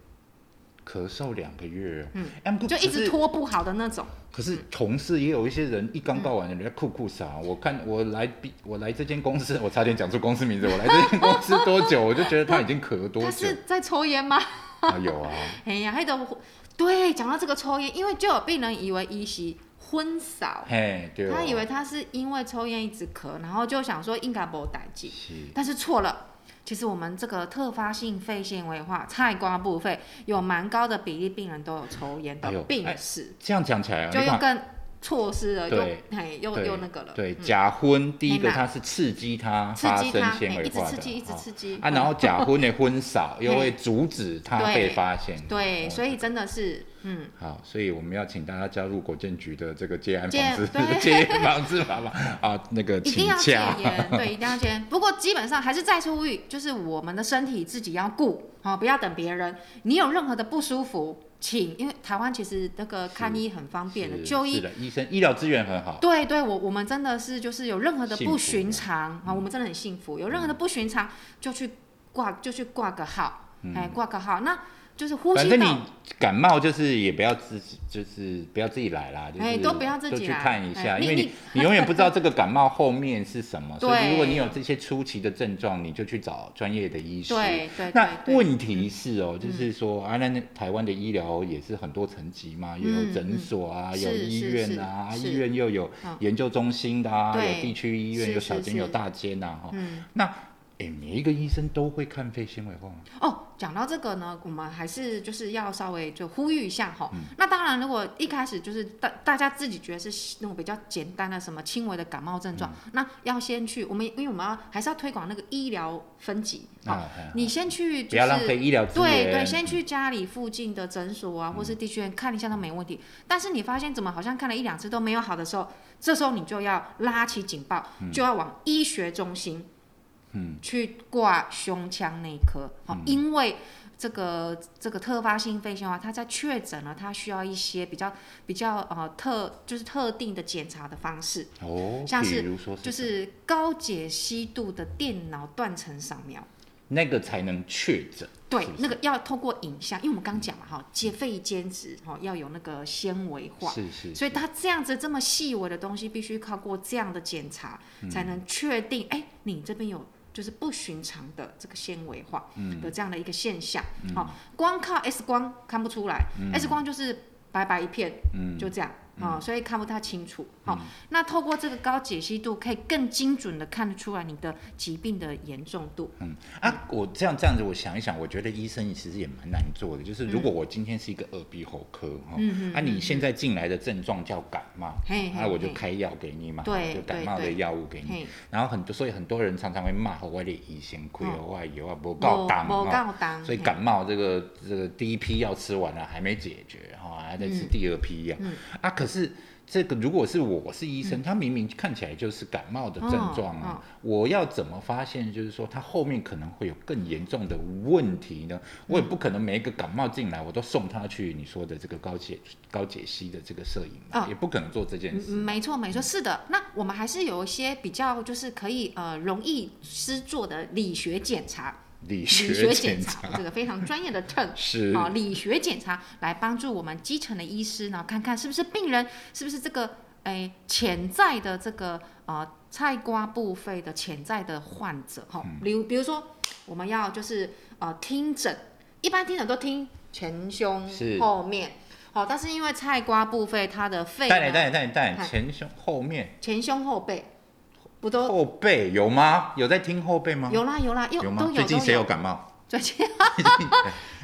Speaker 1: 咳嗽两个月，
Speaker 2: 嗯
Speaker 1: 嗯，
Speaker 2: 就一直
Speaker 1: 可是。
Speaker 2: 拖不好的那种，
Speaker 1: 可是同事也有一些人一刚告完，
Speaker 2: 嗯
Speaker 1: 人家酷酷傻。我看我来比我来这间公司，我差点讲出公司名字。我来这间公司多久，我就觉得他已经咳了多
Speaker 2: 他
Speaker 1: 久
Speaker 2: 是在抽烟吗？
Speaker 1: 啊？有啊，
Speaker 2: 哎呀，还有对，讲到这个抽烟，因为就有病人以为医习昏少，
Speaker 1: 嘿，对哦。
Speaker 2: 他以为他是因为抽烟一直咳，然后就想说应该没代际，
Speaker 1: 是
Speaker 2: 但是错了。其实我们这个特发性肺纤维化菜瓜部肺有蛮高的比例，病人都有抽烟
Speaker 1: 哎
Speaker 2: 的
Speaker 1: 呦
Speaker 2: 病
Speaker 1: 哎
Speaker 2: 史，
Speaker 1: 这样讲起来啊，
Speaker 2: 就
Speaker 1: 你
Speaker 2: 又
Speaker 1: 看
Speaker 2: 更错失了，又
Speaker 1: 对
Speaker 2: 嘿又
Speaker 1: 对
Speaker 2: 又那个了，
Speaker 1: 对，假婚第一个
Speaker 2: 嘿嘛
Speaker 1: 它是刺激它
Speaker 2: 刺
Speaker 1: 发
Speaker 2: 激
Speaker 1: 生
Speaker 2: 它，
Speaker 1: 纤
Speaker 2: 嘿
Speaker 1: 维
Speaker 2: 一直
Speaker 1: 化
Speaker 2: 刺
Speaker 1: 的，
Speaker 2: 激，一直
Speaker 1: 哦
Speaker 2: 刺激
Speaker 1: 啊，然后假婚的婚 少又会阻止它被发现。
Speaker 2: 对，所
Speaker 1: 以
Speaker 2: 以真的是，嗯，
Speaker 1: 好，所以我们要请大家加入国建局的这个戒安
Speaker 2: 戒
Speaker 1: 防治
Speaker 2: 对
Speaker 1: 戒烟防治法吧啊，那个
Speaker 2: 一定
Speaker 1: 请
Speaker 2: 要戒
Speaker 1: 假。
Speaker 2: 烟， 对，一定要戒烟。不过基本上还是再次呼吁，就是我们的身体自己要顾，哦，不要等别人。你有任何的不舒服，请，因为台湾其实那个看医很方便的，
Speaker 1: 是
Speaker 2: 就是医。
Speaker 1: 的，医生医疗资源很好。
Speaker 2: 对对，我我们真的是就是有任何的
Speaker 1: 幸福嗯
Speaker 2: 不寻常啊、我们真的很幸福。有任何的不寻常，就去挂就去挂个号，哎，挂个号，那就是呼
Speaker 1: 嗯反
Speaker 2: 吸
Speaker 1: 正
Speaker 2: 道
Speaker 1: 你感冒就是也不要自己，就是不要自己来啦，就是
Speaker 2: 哎都不要自己
Speaker 1: 就去
Speaker 2: 来
Speaker 1: 看一下，
Speaker 2: 哎
Speaker 1: 因为
Speaker 2: 你
Speaker 1: 你你永远不知道这个感冒后面是什 么，所以
Speaker 2: 对
Speaker 1: 如果你有这些初期的症状，你就去找专业的医师。
Speaker 2: 对对对
Speaker 1: 那
Speaker 2: 对，嗯
Speaker 1: 问题是哦，就是说啊，那那台湾的医疗也是很多层级嘛，又有诊所啊，
Speaker 2: 嗯
Speaker 1: 有
Speaker 2: 是
Speaker 1: 医院啊，
Speaker 2: 是是
Speaker 1: 医院又有
Speaker 2: 嗯
Speaker 1: 研究中心的啊，
Speaker 2: 对
Speaker 1: 有地区医院，
Speaker 2: 是
Speaker 1: 有小
Speaker 2: 是
Speaker 1: 间，
Speaker 2: 是
Speaker 1: 有大间呐，哈。
Speaker 2: 嗯。
Speaker 1: 那哎，每一个医生都会看肺纤维化吗？
Speaker 2: 哦，讲到这个呢，我们还是就是要稍微就呼吁一下哈。
Speaker 1: 嗯
Speaker 2: 那当然，如果一开始就是大大家自己觉得是那种比较简单的什么轻微的感冒症状，
Speaker 1: 嗯
Speaker 2: 那要先去我们因为我们要还是要推广那个医疗分级啊、
Speaker 1: 啊，哎
Speaker 2: 你先去
Speaker 1: 不
Speaker 2: 就
Speaker 1: 要浪费
Speaker 2: 是。
Speaker 1: 医疗资源。嗯
Speaker 2: 对对，先去家里附近的诊所啊，或是地区医院看一下都没问题。但是你发现怎么好像看了一两次都没有好的时候，这时候你就要拉起警报，就要往医学中心
Speaker 1: 嗯，
Speaker 2: 去挂胸腔内科，好、因为这个这个特发性肺纤维化，它在确诊了，它需要一些比较比较呃特就是特定的检查的方式，
Speaker 1: 哦，
Speaker 2: 像是
Speaker 1: 比如说
Speaker 2: 就
Speaker 1: 什么
Speaker 2: 是高解析度的电脑断层扫描。
Speaker 1: 那个才能确诊。
Speaker 2: 对
Speaker 1: 是嗯不，是
Speaker 2: 那个要透过影像，因为我们刚讲嘛，哈，接肺间质哈要有那个纤维化，
Speaker 1: 是是，
Speaker 2: 所以它这样子这么细微的东西，必须靠过这样的检查，
Speaker 1: 嗯
Speaker 2: 才能确定，哎、你这边有就是不寻常的这个纤维化
Speaker 1: 嗯
Speaker 2: 的这样的一个现象。好、光靠 X 光看不出来、s 光就是白白一片，
Speaker 1: 嗯，
Speaker 2: 就这样。哦，所以看不太清楚。好、那透过这个高解析度，可以更精准的看得出来你的疾病的严重度。
Speaker 1: 啊，我这样这样子，我想一想，我觉得医生其实也蛮难做的。就是如果我今天是一个耳鼻喉科哈，
Speaker 2: 嗯嗯
Speaker 1: 啊，你现在进来的症状叫感冒，
Speaker 2: 嘿嘿
Speaker 1: 啊，我就
Speaker 2: 嘿
Speaker 1: 开药给你嘛，
Speaker 2: 对
Speaker 1: 就感
Speaker 2: 对
Speaker 1: 冒的
Speaker 2: 对
Speaker 1: 药物给你。
Speaker 2: 嘿，
Speaker 1: 然后很多，所以很多人常常会骂哦我的医生亏哦，我有啊，不够
Speaker 2: 无
Speaker 1: 当
Speaker 2: 无
Speaker 1: 哦。
Speaker 2: 够当，
Speaker 1: 所以
Speaker 2: 嘿
Speaker 1: 感冒这个这个第一批药吃完了还没解决哈，还在吃
Speaker 2: 嗯
Speaker 1: 第二批药
Speaker 2: 嗯
Speaker 1: 啊。可是这个如果是我是医生，他明明看起来就是感冒的症状
Speaker 2: 哦
Speaker 1: 啊，我要怎么发现就是说他后面可能会有更严重的问题呢？
Speaker 2: 嗯
Speaker 1: 我也不可能每一个感冒进来我都送他去你说的这个高解高解析的这个摄影嘛，
Speaker 2: 哦
Speaker 1: 也不可能做这件
Speaker 2: 嗯
Speaker 1: 事。
Speaker 2: 没错，没错，是的。那我们还是有一些比较，就是可以呃容易施做的理学检查，
Speaker 1: 理
Speaker 2: 理
Speaker 1: 学检
Speaker 2: 检
Speaker 1: 查
Speaker 2: 这个非常专业的 term
Speaker 1: 是
Speaker 2: 啊、理学检查来帮助我们基层的医师，然后看看是不是病人是不是这个诶潜在的这个呃菜瓜部肺的潜在的患者哈，
Speaker 1: 嗯
Speaker 2: 比如比如说我们要就是呃听诊，一般听诊都听前胸
Speaker 1: 是
Speaker 2: 后面，好、但是因为菜瓜部肺它的肺
Speaker 1: 带来
Speaker 2: 呢哎
Speaker 1: 带来带来带来
Speaker 2: 嗨
Speaker 1: 前胸后面
Speaker 2: 前胸后背，不都
Speaker 1: 后背有吗？有在听后背吗？
Speaker 2: 有啦有啦，又
Speaker 1: 有吗
Speaker 2: 都？有
Speaker 1: 最近
Speaker 2: 都
Speaker 1: 谁有感冒？
Speaker 2: 最近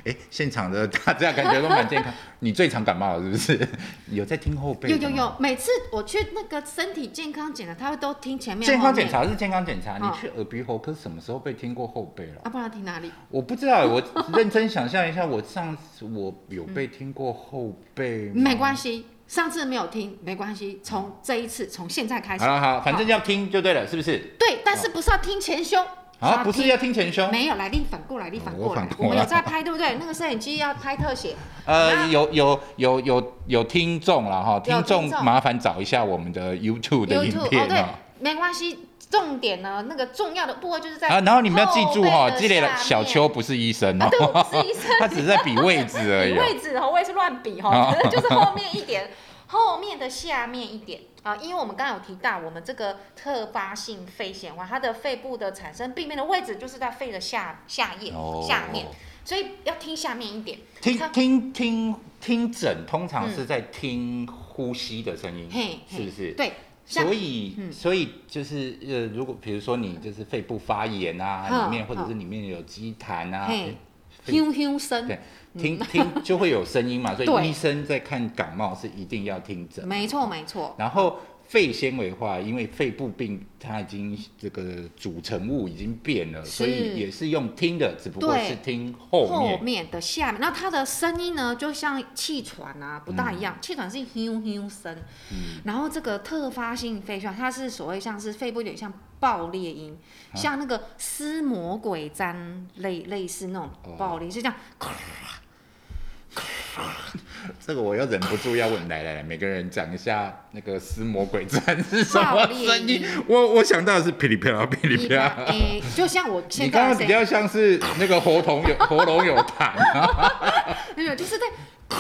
Speaker 1: 哎，现场的 大家感觉都蛮健康。你最常感冒了是不是？ 有在听后背？
Speaker 2: 有有。有，每次我去那个身体健康检查，他会都听前面
Speaker 1: 健康
Speaker 2: 后面
Speaker 1: 检查是健康检查，你
Speaker 2: 嗯
Speaker 1: 去耳鼻喉科什么时候被听过后背了？
Speaker 2: 啊，不然听哪里？
Speaker 1: 我不知道，我认真想象一下，我上次我有被听过后背吗？
Speaker 2: 没关系，上次没有听没关系，从这一次从现在开始
Speaker 1: 好，了好，反正要听就对了，是不是？
Speaker 2: 对，但是不是要听前胸？
Speaker 1: 啊，不是
Speaker 2: 听
Speaker 1: 要听前胸，
Speaker 2: 没有来历反过来，历反
Speaker 1: 我
Speaker 2: 过来
Speaker 1: 反，过
Speaker 2: 我们
Speaker 1: 来
Speaker 2: 有在拍，对不对？那个摄影机要拍特写，
Speaker 1: 呃，
Speaker 2: 那
Speaker 1: 有有有有有听众了哈，听众
Speaker 2: 听众
Speaker 1: 麻烦找一下我们的 YouTube 的影
Speaker 2: YouTube
Speaker 1: 片
Speaker 2: 哦，对，没关系。重点呢，那个重要的部位就是在
Speaker 1: 啊，然后你们要记住哦哈，
Speaker 2: 后
Speaker 1: 这
Speaker 2: 背的
Speaker 1: 类的
Speaker 2: 下
Speaker 1: 小
Speaker 2: 面
Speaker 1: 秋不是医生
Speaker 2: 啊，
Speaker 1: 哦，
Speaker 2: 对，我不是医生，
Speaker 1: 他只是在比位置而
Speaker 2: 比
Speaker 1: 已哦。
Speaker 2: 位置哦，我也是乱比
Speaker 1: 哦
Speaker 2: 哈，可能就是后面一点， 后面的下面一点啊，因为我们刚刚有提到，我们这个特发性肺显化，它的肺部的产生病变的位置就是在肺的下下叶、
Speaker 1: 哦
Speaker 2: 下面，所以要听下面一点。
Speaker 1: 听
Speaker 2: 他嗯
Speaker 1: 听听听诊，通常是在听呼吸的声音，
Speaker 2: 嘿嘿
Speaker 1: 是不是？
Speaker 2: 对，嗯像
Speaker 1: 所以，所以就是呃，如果比如说你就是肺部发炎啊，
Speaker 2: 嗯
Speaker 1: 里面或者
Speaker 2: 嗯
Speaker 1: 是里面有积痰啊，
Speaker 2: 嘿
Speaker 1: 肺
Speaker 2: 咻咻声，
Speaker 1: 对，听听就会有声音 嘛，所以
Speaker 2: 对
Speaker 1: 医生在看感冒是一定要听诊。
Speaker 2: 没错没错，
Speaker 1: 然后肺纤维化，因为肺部病它已经这个组成物已经变了，
Speaker 2: 是
Speaker 1: 所以也是用听的，只不过
Speaker 2: 对
Speaker 1: 是听后面。
Speaker 2: 的下面，那它的声音呢，就像气喘啊不大一样，
Speaker 1: 嗯
Speaker 2: 气喘是咻咻声，然后这个特发性肺炎，它是所谓像是肺部有点像爆裂音，
Speaker 1: 啊
Speaker 2: 像那个撕魔鬼毡类类似那
Speaker 1: 哦
Speaker 2: 种爆裂，是这样，
Speaker 1: 这个我又忍不住要问，来来来，每个人讲一下那个撕魔鬼战是什
Speaker 2: 爆
Speaker 1: 么
Speaker 2: 裂
Speaker 1: 声音
Speaker 2: 音？
Speaker 1: 我我想到的是噼里啪啦噼里啪啦。
Speaker 2: 诶， 就像我
Speaker 1: 你
Speaker 2: 现
Speaker 1: 刚
Speaker 2: 在的
Speaker 1: 刚比
Speaker 2: 声
Speaker 1: 较像是那个喉咙 有喉咙有痰啊，
Speaker 2: 音没有，就是在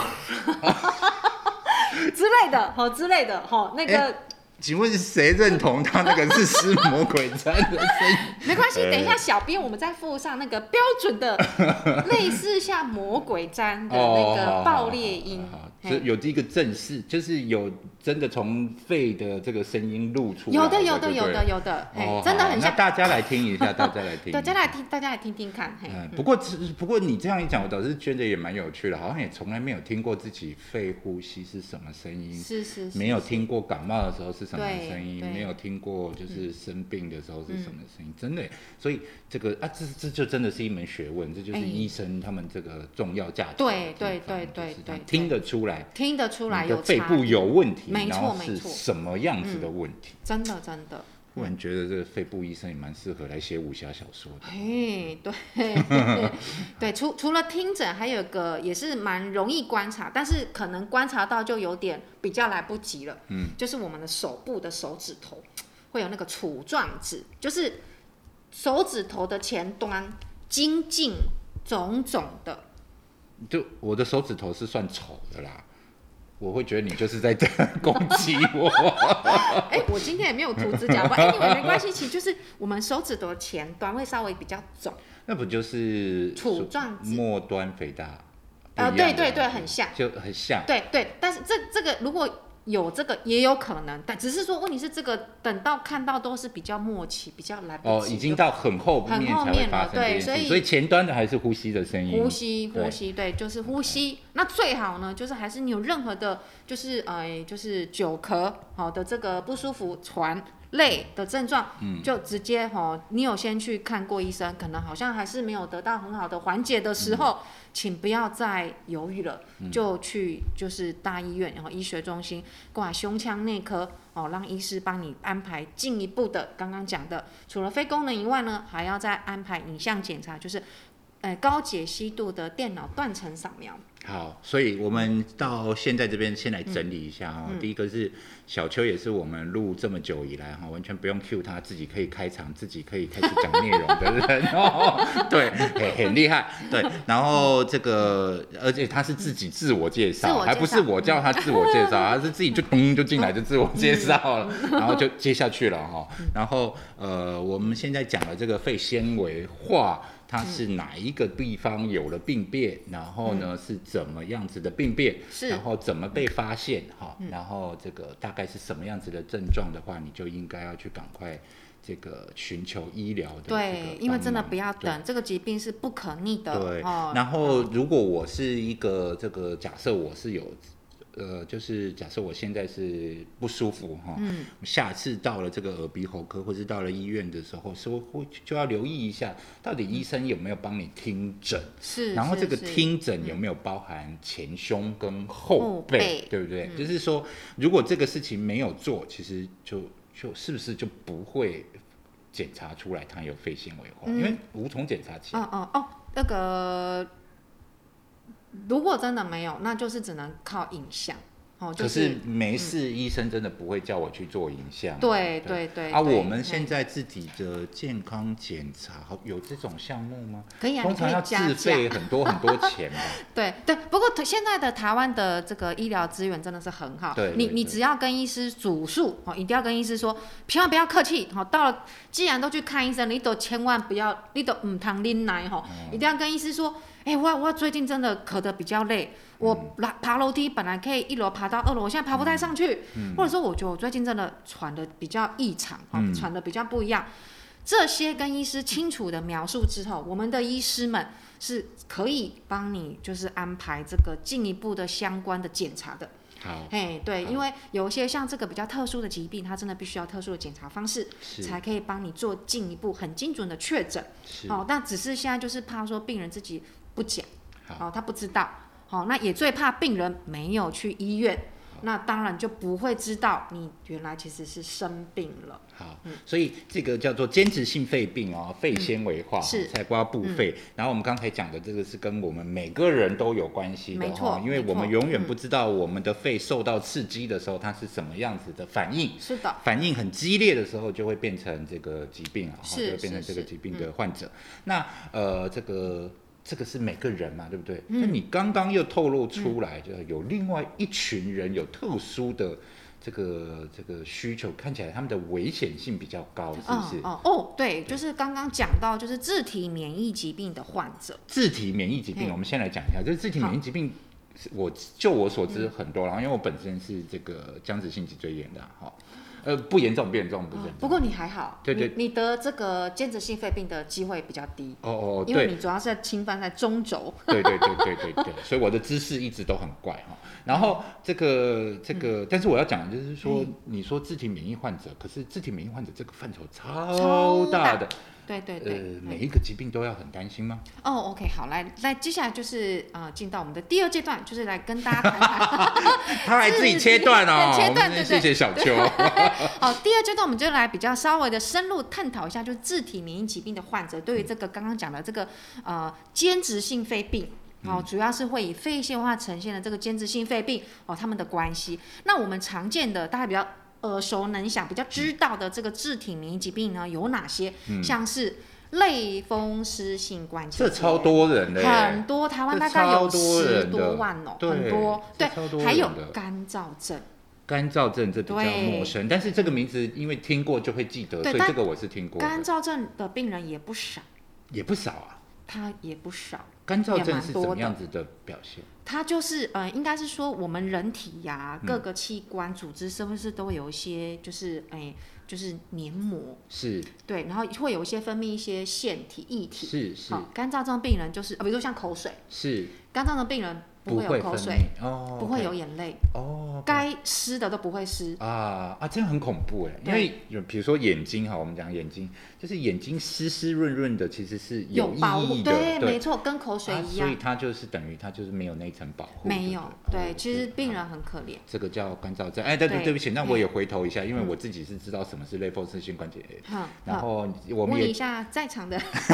Speaker 2: 之类的，好之类的，好那个。
Speaker 1: 请问谁认同他那个是撕魔鬼战的 声音？
Speaker 2: 没关系，
Speaker 1: 哎
Speaker 2: 等一下小编我们再附上那个标 准的类似像魔鬼毡的那个爆裂音
Speaker 1: 哦好好好好好，是
Speaker 2: 嘿
Speaker 1: 有这个正式，就是有真的从肺的这个声音露出来
Speaker 2: 有的有
Speaker 1: 对
Speaker 2: 的
Speaker 1: 不
Speaker 2: 有
Speaker 1: 对
Speaker 2: 的有的，
Speaker 1: 哦
Speaker 2: 哎，真的
Speaker 1: 好
Speaker 2: 很
Speaker 1: 那
Speaker 2: 像。
Speaker 1: 大家来听一下，大家来听一 下，
Speaker 2: 大家来听，大家来听听看，嘿，
Speaker 1: 嗯，不过其实不过你这样一讲，我倒是觉得也蛮有趣的，好像也从来没有听过自己肺呼吸是什么声音，
Speaker 2: 是是是，
Speaker 1: 没有听过感冒的时候是什么声音，
Speaker 2: 对嗯对
Speaker 1: 没有听过就是生病的时候是什么声音，真的耶。所以这个啊，这这就真的是一门学问，这就是
Speaker 2: 哎
Speaker 1: 医生他们这个重要价值的
Speaker 2: 对
Speaker 1: 地方。
Speaker 2: 对对
Speaker 1: 就是
Speaker 2: 对
Speaker 1: 他
Speaker 2: 对
Speaker 1: 听得出来。
Speaker 2: 听得出来
Speaker 1: 你的
Speaker 2: 有
Speaker 1: 肺
Speaker 2: 差
Speaker 1: 部
Speaker 2: 异，
Speaker 1: 有问题，
Speaker 2: 没错
Speaker 1: 然后是
Speaker 2: 没错嗯
Speaker 1: 什么样子的问题？
Speaker 2: 真的真的，
Speaker 1: 忽然觉得这个肺部医生也蛮适合来写武侠小说的。
Speaker 2: 嘿，对对，除除了听诊，还有一个也是蛮容易观察，但是可能观察到就有点比较来不及了。
Speaker 1: 嗯，
Speaker 2: 就是我们的手部的手指头会有那个杵状指，就是手指头的前端精进肿肿的。
Speaker 1: 就我的手指头是算丑的啦，我会觉得你就是在攻击我。
Speaker 2: 哎、我今天也没有涂指甲吧？哎、你们没关系，其实就是我们手指头的前端会稍微比较肿。
Speaker 1: 那不 就是
Speaker 2: 杵状指
Speaker 1: 末端肥大？
Speaker 2: 啊
Speaker 1: 不一样的
Speaker 2: 对对对
Speaker 1: 东西
Speaker 2: 很像
Speaker 1: 就很像。
Speaker 2: 对对，但是这这个如果有这个也有可能，但只是说问题是这个等到看到都是比较末期，比较来不及
Speaker 1: 哦，
Speaker 2: 的，
Speaker 1: 已经到很后面才会发生这件
Speaker 2: 很后面了对所
Speaker 1: 事，
Speaker 2: 以
Speaker 1: 所以前端的还是呼吸的声音
Speaker 2: 呼。吸，
Speaker 1: 对
Speaker 2: 呼吸，对，就是呼吸。那最好呢，就是还是你有任何的，就是呃，就是久咳，好的这个不舒服、喘、累的症状，
Speaker 1: 嗯
Speaker 2: 就直接哈、哦，你有先去看过医生，可能好像还是没有得到很好的缓解的时
Speaker 1: 嗯
Speaker 2: 候，请不要再犹豫了，就去就是大医院，然后医学中心挂胸腔内科哦，让医师帮你安排进一步的。刚刚讲的，除了非功能以外呢，还要再安排影像检查，就是。呃，高解析度的电脑断层扫描，
Speaker 1: 好，所以我们到现在这边先来整理一
Speaker 2: 嗯
Speaker 1: 下哦。第一个是小邱，也是我们录这么久以来哈、完全不用 cue 他，自己可以开场，自己可以开始讲内容的人 哦。对，很很厉害。对，然后这个，而且他是自己自我介
Speaker 2: 自
Speaker 1: 绍，
Speaker 2: 我介绍
Speaker 1: 还不是我叫他自我 介绍，他是自己就咚就进来就自我介绍了，然后就接下去了哈、然后呃，我们现在讲的这个肺纤维化。它是哪一个地方有了病变，然后呢是怎么样子的病变，
Speaker 2: 嗯是嗯
Speaker 1: 然后怎么被发现哈，然后这个大概是什么样子的症状的话，你就应该要去赶快这个寻求医疗的这个帮忙。
Speaker 2: 对，因为真的不要
Speaker 1: 对
Speaker 2: 等，这个疾病是不可逆的
Speaker 1: 对，
Speaker 2: 哦。
Speaker 1: 然后如果我是一个这个假设我是有，呃，就是假设我现在是不舒服哈，
Speaker 2: 嗯，
Speaker 1: 下次到了这个耳鼻喉科或是到了医院的时候，是会就要留意一下，到底医生有没有帮你听诊，
Speaker 2: 是，
Speaker 1: 然后这个
Speaker 2: 是是
Speaker 1: 听诊有没有包含前胸跟后
Speaker 2: 嗯后背
Speaker 1: 对不对？就是说，如果这个事情没有做，其实就就是不是就不会。检查出来它有肺纤维化，
Speaker 2: 嗯
Speaker 1: 因为无从检查起。
Speaker 2: 哦哦哦，那个如果真的没有，那就是只能靠影像哦，就
Speaker 1: 可是没事，医生真的不会叫我去做影像。
Speaker 2: 对对对
Speaker 1: 啊，
Speaker 2: 对
Speaker 1: 我们现
Speaker 2: 嗯
Speaker 1: 在自己的健康检查好有这种项目吗？
Speaker 2: 可以啊，
Speaker 1: 通
Speaker 2: 你可
Speaker 1: 常要
Speaker 2: 以加
Speaker 1: 自
Speaker 2: 价。
Speaker 1: 费很多很多钱 吧？
Speaker 2: 对对，不过现在的台湾的这个医疗资源真的是很好，
Speaker 1: 对
Speaker 2: 你
Speaker 1: 对
Speaker 2: 你
Speaker 1: 对
Speaker 2: 只要跟医师主诉哦，一定要跟医师说，千万不要客气哦。到了既然都去看医生，你都千万不要，你都嗯唔通拎来吼，
Speaker 1: 嗯
Speaker 2: 一定要跟医师说，哎、我我最近真的咳得比较累，
Speaker 1: 嗯
Speaker 2: 我爬爬楼梯本来可以一楼爬到二楼，我现在爬不太上去，或者说我觉得我最近真的喘的比较异常，哦
Speaker 1: 嗯
Speaker 2: 喘的比较不一样。这些跟医师清楚的描述之后，我们的医师们是可以帮你就是安排这个进一步的相关的检查的。
Speaker 1: 好，
Speaker 2: 哎，对，
Speaker 1: 好
Speaker 2: 因为有一些像这个比较特殊的疾病，它真的必须要特殊的检查方式，
Speaker 1: 是
Speaker 2: 才可以帮你做进一步很精准的确诊。
Speaker 1: 是
Speaker 2: 哦，但只是现在就是怕说病人自己不讲，
Speaker 1: 好
Speaker 2: 哦，他不知道，哦，那也最怕病人没有去医院，那当然就不会知道你原来其实是生病了。
Speaker 1: 好，
Speaker 2: 嗯
Speaker 1: 所以这个叫做间质性肺病哦，肺纤维化、哦
Speaker 2: 是嗯
Speaker 1: 菜瓜布肺。然后我们刚才讲的这个是跟我们每个人都有关系的
Speaker 2: 没
Speaker 1: 哦
Speaker 2: 错，
Speaker 1: 因为我们
Speaker 2: 没错嗯
Speaker 1: 永远不知道我们的肺受到刺激的时候，它是什么样子的反应。
Speaker 2: 是的，
Speaker 1: 反应很激烈的时候，就会变成这个疾病啊，哈
Speaker 2: 是
Speaker 1: 就会变成这个
Speaker 2: 是是嗯
Speaker 1: 疾病的患者。那呃，这个这个是每个人嘛，对不
Speaker 2: 嗯
Speaker 1: 对？那、你刚刚又透露出来，就是有另外一群人有特殊的这个这个需求，看起来他们的危险性比较高，是不是？
Speaker 2: 哦哦，对，就是刚刚讲到就是自体免疫疾病的患者，
Speaker 1: 自体免疫疾病，
Speaker 2: 嗯
Speaker 1: 我们先来讲一下，就是自体
Speaker 2: 好嗯
Speaker 1: 免疫疾病。是我就我所知很多，然后因为我本身是这个僵直性脊椎炎的哈、呃不严重不严重不严重，
Speaker 2: 不过你还好，
Speaker 1: 对对
Speaker 2: 你你得这个间质性肺病的机会比较低，
Speaker 1: 哦哦
Speaker 2: 因
Speaker 1: 对
Speaker 2: 为，你主要是在侵犯在中轴，
Speaker 1: 对对对对对对，所以我的姿势一直都很怪哈。然后这个这个，但是我要讲的就是说，你说自体免疫患者，可是自体免疫患者这个范畴超
Speaker 2: 超
Speaker 1: 大
Speaker 2: 大
Speaker 1: 的，
Speaker 2: 对对
Speaker 1: 呃
Speaker 2: 对，，
Speaker 1: 每一个疾病都要很担心吗？
Speaker 2: 哦，OK，好，来，那接下来就是呃，进到我们的第二阶段，就是来跟大家谈谈
Speaker 1: 他还自己切断哦，
Speaker 2: 自己
Speaker 1: 我
Speaker 2: 切断
Speaker 1: 们
Speaker 2: 对对
Speaker 1: 谢谢小邱。
Speaker 2: 哦，第二阶段我们就来比较稍微的深入探讨一下，就是自体免疫疾病的患者对于这个刚刚讲的这个呃间质性肺病。
Speaker 1: 嗯
Speaker 2: 哦，主要是会以肺腺化呈现的这个间质性肺病哦，他们的关系。那我们常见的，大家比较耳熟能详、比较知道的这个自体免疫疾病呢，有哪些？像是类风湿性关节
Speaker 1: 嗯这
Speaker 2: 炎，
Speaker 1: 超多人的欸耶
Speaker 2: 很，多，台湾
Speaker 1: 这
Speaker 2: 大概有
Speaker 1: 超多
Speaker 2: 十
Speaker 1: 人的
Speaker 2: 多万哦，
Speaker 1: 对
Speaker 2: 很多，
Speaker 1: 这超多
Speaker 2: 对，还有
Speaker 1: 人的
Speaker 2: 干燥症，
Speaker 1: 干燥症这比较
Speaker 2: 对
Speaker 1: 陌生，但是这个名字因为听过就会记得，
Speaker 2: 对
Speaker 1: 所以
Speaker 2: 但
Speaker 1: 这个我是听过的
Speaker 2: 干燥症的病人也不少，
Speaker 1: 也不少啊。
Speaker 2: 它也不少。
Speaker 1: 干燥
Speaker 2: 也
Speaker 1: 症
Speaker 2: 蛮
Speaker 1: 是怎
Speaker 2: 多
Speaker 1: 么
Speaker 2: 的
Speaker 1: 样子的表现？
Speaker 2: 它就是呃，应该是说我们人体呀、
Speaker 1: 嗯
Speaker 2: 各个器官组织是不是都会有一些就是哎、就是黏膜
Speaker 1: 是
Speaker 2: 对，然后会有一些分泌一些腺体液体。
Speaker 1: 是是
Speaker 2: 好，干燥症病人就是，呃比如说像口水，
Speaker 1: 是，
Speaker 2: 干燥症病人
Speaker 1: 不
Speaker 2: 不会
Speaker 1: 会
Speaker 2: 有
Speaker 1: 分
Speaker 2: 口水，
Speaker 1: 泌哦，
Speaker 2: 不会
Speaker 1: OK
Speaker 2: 有眼泪，
Speaker 1: 哦，
Speaker 2: 该湿的都不会湿。
Speaker 1: 啊啊，这样很恐怖哎，因
Speaker 2: 对
Speaker 1: 为有比如说眼睛哈，我们讲眼睛，就是眼睛湿湿润润的，其实是
Speaker 2: 有
Speaker 1: 意
Speaker 2: 保
Speaker 1: 义
Speaker 2: 护，
Speaker 1: 的，
Speaker 2: 对，没
Speaker 1: 对，
Speaker 2: 错，跟口水
Speaker 1: 啊
Speaker 2: 一
Speaker 1: 所
Speaker 2: 样
Speaker 1: 以，它就是等于它就是没有那一层保护，
Speaker 2: 没
Speaker 1: 对
Speaker 2: 有
Speaker 1: 不，对，
Speaker 2: 对
Speaker 1: 哦，
Speaker 2: 其实
Speaker 1: 是
Speaker 2: 病
Speaker 1: 好
Speaker 2: 人很可怜，
Speaker 1: 这个叫干燥症，哎，对对，
Speaker 2: 对
Speaker 1: 对不起，那
Speaker 2: 嗯
Speaker 1: 我也回头一下，因为
Speaker 2: 嗯
Speaker 1: 我自己是知道什么是类风湿性关节炎，
Speaker 2: 哼，
Speaker 1: 然
Speaker 2: 哼
Speaker 1: 后我们
Speaker 2: 嗯问一
Speaker 1: 也，
Speaker 2: 下在场的，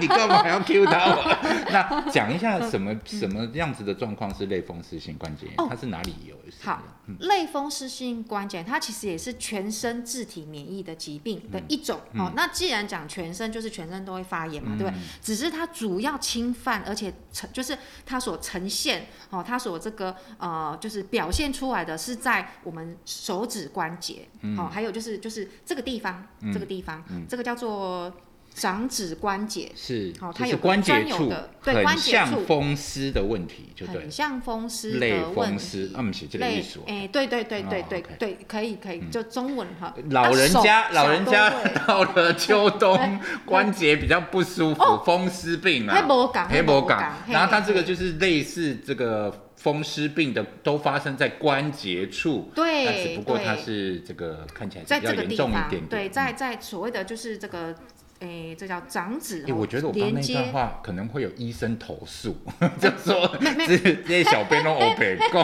Speaker 1: 你干嘛还要 Q 他我？那讲一下什么什么样子的状况是类风湿性关节炎，
Speaker 2: 嗯哦
Speaker 1: 它是哪里有？是
Speaker 2: 好
Speaker 1: 怎么样，
Speaker 2: 类风湿性关节炎，它其实也是全身自体免疫的疾病
Speaker 1: 嗯
Speaker 2: 的一种、哦。那既然讲全身，就是全身都会发
Speaker 1: 嗯
Speaker 2: 炎嘛，对不对？只是它主要侵犯，而且呈就是它所呈现哦，它所这个呃，就是表现出来的是在我们手指关节、
Speaker 1: 嗯
Speaker 2: 哦，还有就是就是这个地方，这个地方，这个叫做掌指关节。
Speaker 1: 是，
Speaker 2: 好
Speaker 1: 就
Speaker 2: 它
Speaker 1: 是
Speaker 2: 有个
Speaker 1: 关节
Speaker 2: 专有
Speaker 1: 处
Speaker 2: 的对
Speaker 1: 很
Speaker 2: 关节
Speaker 1: 像
Speaker 2: 处
Speaker 1: 风湿的问题，就对
Speaker 2: 很，像风湿
Speaker 1: 类
Speaker 2: 的问
Speaker 1: 风湿
Speaker 2: 题，，
Speaker 1: 啊，不是这个
Speaker 2: 类
Speaker 1: 意思哦。
Speaker 2: 哎、对对对对
Speaker 1: 哦
Speaker 2: 对、
Speaker 1: ，OK 嗯
Speaker 2: 对，可以可以，就中文哈。
Speaker 1: 老人家，
Speaker 2: 哎啊手
Speaker 1: 老人家
Speaker 2: 手都会
Speaker 1: 到了秋冬
Speaker 2: 对，
Speaker 1: 关节比较不舒服
Speaker 2: 哦，
Speaker 1: 风湿病
Speaker 2: 黑
Speaker 1: 啊，
Speaker 2: 魔港，
Speaker 1: 黑魔港
Speaker 2: 港，。
Speaker 1: 然后它
Speaker 2: 嘿
Speaker 1: 这个就是类似这个风湿病的，都发生在关节处，
Speaker 2: 对，
Speaker 1: 但只不过它
Speaker 2: 对
Speaker 1: 是这个看起来
Speaker 2: 在
Speaker 1: 是比
Speaker 2: 这
Speaker 1: 较
Speaker 2: 个
Speaker 1: 严
Speaker 2: 地
Speaker 1: 重
Speaker 2: 方
Speaker 1: 一点，
Speaker 2: 对，
Speaker 1: 点。
Speaker 2: 在在所谓的就是这个，诶，这叫长指
Speaker 1: 哎，
Speaker 2: 哦，
Speaker 1: 我觉得我刚
Speaker 2: 连
Speaker 1: 那段
Speaker 2: 接。
Speaker 1: 话可能会有医生投 诉，就说
Speaker 2: 没没
Speaker 1: 这这些小编都欧北 共。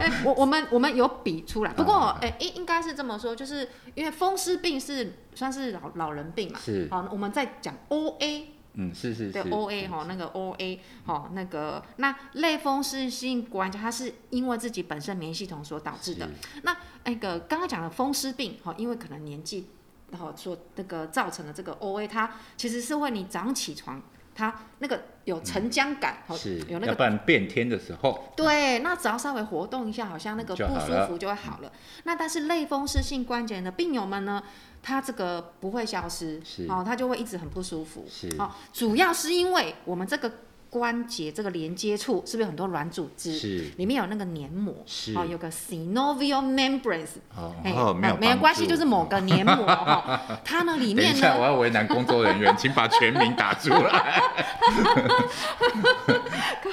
Speaker 2: 哎，我我们我们有比出来，不过
Speaker 1: 啊
Speaker 2: 哎应应该是这么说，就是因为风湿病是算是老老人病嘛，
Speaker 1: 是
Speaker 2: 好，我们在讲 O A
Speaker 1: 嗯，是是是
Speaker 2: 对 O A 哈，那个 O A 哈，那个那类风湿性关节，它是因为自己本身免疫系统所导致的。那个刚刚讲的风湿病，哈，因为可能年纪，然后所那个造成的这个 O A，它其实是会你早上起床，它那个有沉浆感，哈、
Speaker 1: 嗯是，
Speaker 2: 有那
Speaker 1: 要
Speaker 2: 个
Speaker 1: 不然变天的时候，
Speaker 2: 对，那只要稍微活动一下，好像那个
Speaker 1: 就
Speaker 2: 不
Speaker 1: 好
Speaker 2: 舒
Speaker 1: 了嗯
Speaker 2: 服就会好了。那但是类风湿性关节炎的病友们呢，他这个不会消失
Speaker 1: 是，
Speaker 2: 哦，他就会一直很不舒服。
Speaker 1: 是
Speaker 2: 哦，主要是因为我们这个关节这个连接处是不是有很多软组织？
Speaker 1: 是
Speaker 2: 里面有那个黏膜，
Speaker 1: 是
Speaker 2: 哦，有个 synovial membranes，
Speaker 1: 哦
Speaker 2: 哎、
Speaker 1: 哦没有
Speaker 2: 呃没有
Speaker 1: 帮
Speaker 2: 关系，
Speaker 1: 助
Speaker 2: 就是某个 黏膜哈、它呢里
Speaker 1: 等一
Speaker 2: 面
Speaker 1: 下，我
Speaker 2: 呢，
Speaker 1: 要为难工作人员， 请把全名打出 来。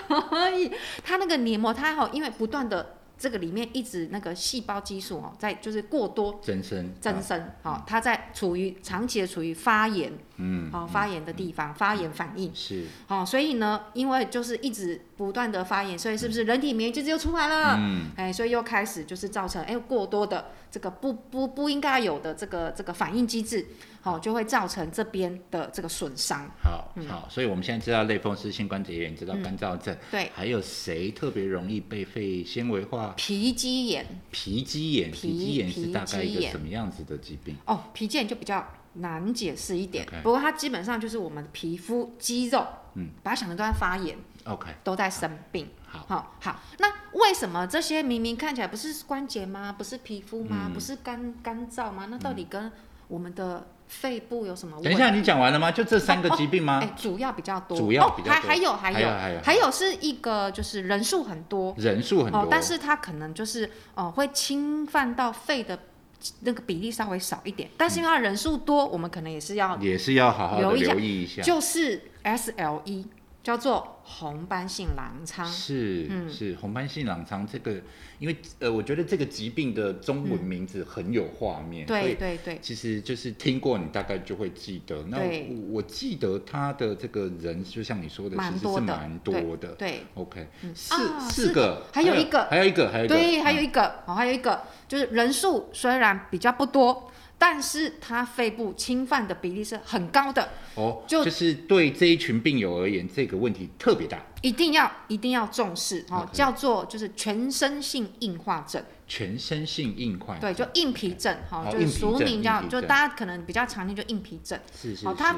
Speaker 2: 可以， 它那个黏膜它哈、因为不断的这个里面一直那个细胞激素哦，在就是过多
Speaker 1: 真身，
Speaker 2: 增
Speaker 1: 啊
Speaker 2: 生，好、它在处于长期的处于发炎，
Speaker 1: 嗯，
Speaker 2: 好、发炎的地方，发炎反应，
Speaker 1: 是，
Speaker 2: 好、哦所以呢，因为就是一直不断的发炎，所以是不是人体免疫机制又出来了？
Speaker 1: 嗯，
Speaker 2: 哎，所以又开始就是造成哎过多的这个不不不应该有的这个这个反应机制，好、就会造成这边的这个损伤。
Speaker 1: 好
Speaker 2: 嗯
Speaker 1: 好，所以我们现在知道类风湿性关节炎，知道干燥症，
Speaker 2: 对，
Speaker 1: 还有谁特别容易被肺纤维化？
Speaker 2: 皮肌炎
Speaker 1: 皮肌炎，皮
Speaker 2: 皮
Speaker 1: 肌炎是
Speaker 2: 皮
Speaker 1: 大概一
Speaker 2: 肌
Speaker 1: 个
Speaker 2: 炎
Speaker 1: 什么样子的疾病？
Speaker 2: 哦，皮肌炎就比较难解释一点
Speaker 1: OK
Speaker 2: 不过它基本上就是我们皮肤肌肉，
Speaker 1: 嗯，
Speaker 2: 把它想成都在发炎，
Speaker 1: OK，
Speaker 2: 都在生病。
Speaker 1: 好，
Speaker 2: 好、好，那为什么这些明明看起来不是关节吗？不是皮肤吗？
Speaker 1: 嗯
Speaker 2: 不是干干燥吗？那到底跟我们的肺部有什么问题？
Speaker 1: 等一下，你讲完了吗？就这三个疾病
Speaker 2: 哎、
Speaker 1: 吗？
Speaker 2: 主要比较多，
Speaker 1: 主要
Speaker 2: 哦
Speaker 1: 比、较
Speaker 2: 还
Speaker 1: 多
Speaker 2: 还有还
Speaker 1: 还有
Speaker 2: 有
Speaker 1: 还有
Speaker 2: 是一个就是人数很多
Speaker 1: 人数很多
Speaker 2: 哦，，但是它可能就是哦、呃会侵犯到肺的那个比例稍微少一点，但是因为它人数多，我们可能也是要
Speaker 1: 也是要好好的
Speaker 2: 哦留意一下
Speaker 1: 留意一下。
Speaker 2: 就是 SLE 叫做红斑性狼疮，
Speaker 1: 是、
Speaker 2: 嗯
Speaker 1: 是，红斑性狼疮这个，因为呃，我觉得这个疾病的中文名字很有画面，所
Speaker 2: 嗯对
Speaker 1: 以
Speaker 2: 对对，
Speaker 1: 其实就是听过你大概就会记得。那
Speaker 2: 对
Speaker 1: 我我记得他的这个人，就像你说的，其
Speaker 2: 蛮
Speaker 1: 实是
Speaker 2: 多的，
Speaker 1: 蛮多的。
Speaker 2: 对
Speaker 1: OK，、
Speaker 2: 嗯
Speaker 1: 四、
Speaker 2: 啊
Speaker 1: 四
Speaker 2: 四
Speaker 1: 个，
Speaker 2: 还有一个
Speaker 1: 还有一个，还有
Speaker 2: 对
Speaker 1: 一个，
Speaker 2: 对，还有
Speaker 1: 嗯
Speaker 2: 一个哦，还有一个就是人数虽然比较不多，但是它肺部侵犯的比例是很高的，
Speaker 1: 哦，就
Speaker 2: 就是
Speaker 1: 对这一群病友而言，这个问题特别大，
Speaker 2: 一定要一定要重视哦
Speaker 1: OK
Speaker 2: 叫做就是全身性硬化症，
Speaker 1: 全身性硬块，
Speaker 2: 对，就硬皮症
Speaker 1: 好
Speaker 2: 哈，就
Speaker 1: 硬
Speaker 2: 是
Speaker 1: 皮
Speaker 2: 俗
Speaker 1: 症
Speaker 2: 名
Speaker 1: 硬
Speaker 2: 叫，
Speaker 1: 皮
Speaker 2: 就
Speaker 1: 症
Speaker 2: 大家可能比较常见就硬皮症，
Speaker 1: 是是
Speaker 2: 哦
Speaker 1: 是，
Speaker 2: 它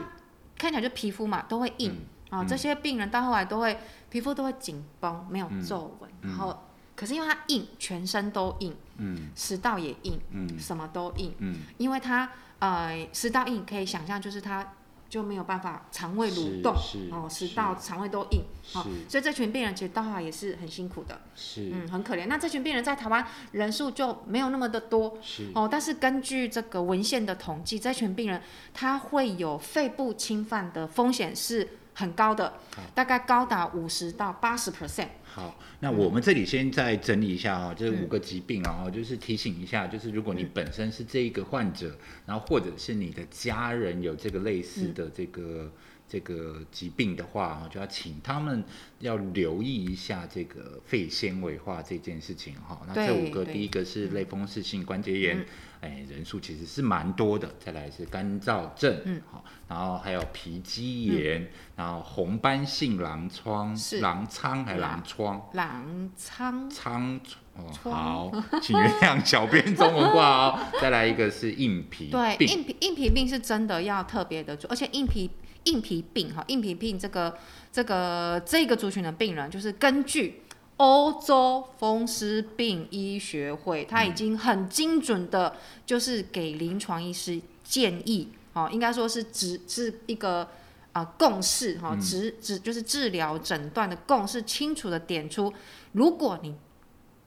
Speaker 2: 看起来就皮肤嘛都会硬。
Speaker 1: 嗯
Speaker 2: 啊、
Speaker 1: 嗯
Speaker 2: 这些病人到后来都会皮肤都会紧绷，没有
Speaker 1: 嗯
Speaker 2: 皱纹，
Speaker 1: 嗯
Speaker 2: 然后可是因为它硬，全身都硬，
Speaker 1: 嗯
Speaker 2: 食道也硬，
Speaker 1: 嗯
Speaker 2: 什么都硬，
Speaker 1: 嗯
Speaker 2: 因为它呃食道硬可以想象就是它就没有办法肠胃蠕动，
Speaker 1: 是
Speaker 2: 哦，
Speaker 1: 是
Speaker 2: 食道、肠胃都硬，
Speaker 1: 是
Speaker 2: 哦，所以这群病人其实到后来也是很辛苦的，
Speaker 1: 是
Speaker 2: 嗯，很可怜。那这群病人在台湾人数就没有那么的多
Speaker 1: 是
Speaker 2: 哦，但是根据这个文献的统计，这群病人他会有肺部侵犯的风险是很高的
Speaker 1: 好，
Speaker 2: 大概高达五十到八十 percent。
Speaker 1: 好，那我们这里先再整理一下
Speaker 2: 嗯
Speaker 1: 哦，这五个疾病啊、哦，就是提醒一下，就是如果你本身是这一个患者，然后或者是你的家人有这个类似
Speaker 2: 嗯
Speaker 1: 的这个、这个疾病的话哦，就要请他们要留意一下这个肺纤维化这件事情哈、那这
Speaker 2: 对
Speaker 1: 五个，
Speaker 2: 对嗯
Speaker 1: 第一个是类风湿性关节炎，哎，人数其实是蛮多的。再来是干燥症，
Speaker 2: 嗯，
Speaker 1: 好，然后还有皮肌炎，然后红斑性狼疮、
Speaker 2: 是
Speaker 1: 狼疮还是狼疮？
Speaker 2: 狼疮
Speaker 1: 仓促哦，
Speaker 2: 窗
Speaker 1: 好，请原谅小编中文化哦。再来一个是硬皮
Speaker 2: 对
Speaker 1: 病，
Speaker 2: 硬皮硬皮病是真的要特别的注意，而且硬皮硬皮病哈，硬皮病这个这个这个族群的病人，就是根据欧洲风湿病医学会，他已经很精准的，就是给临床医师建议哦，应该说是指是一个。啊、共识哈，
Speaker 1: 嗯
Speaker 2: 指指就是治疗诊断的共识，清楚的点出，如果你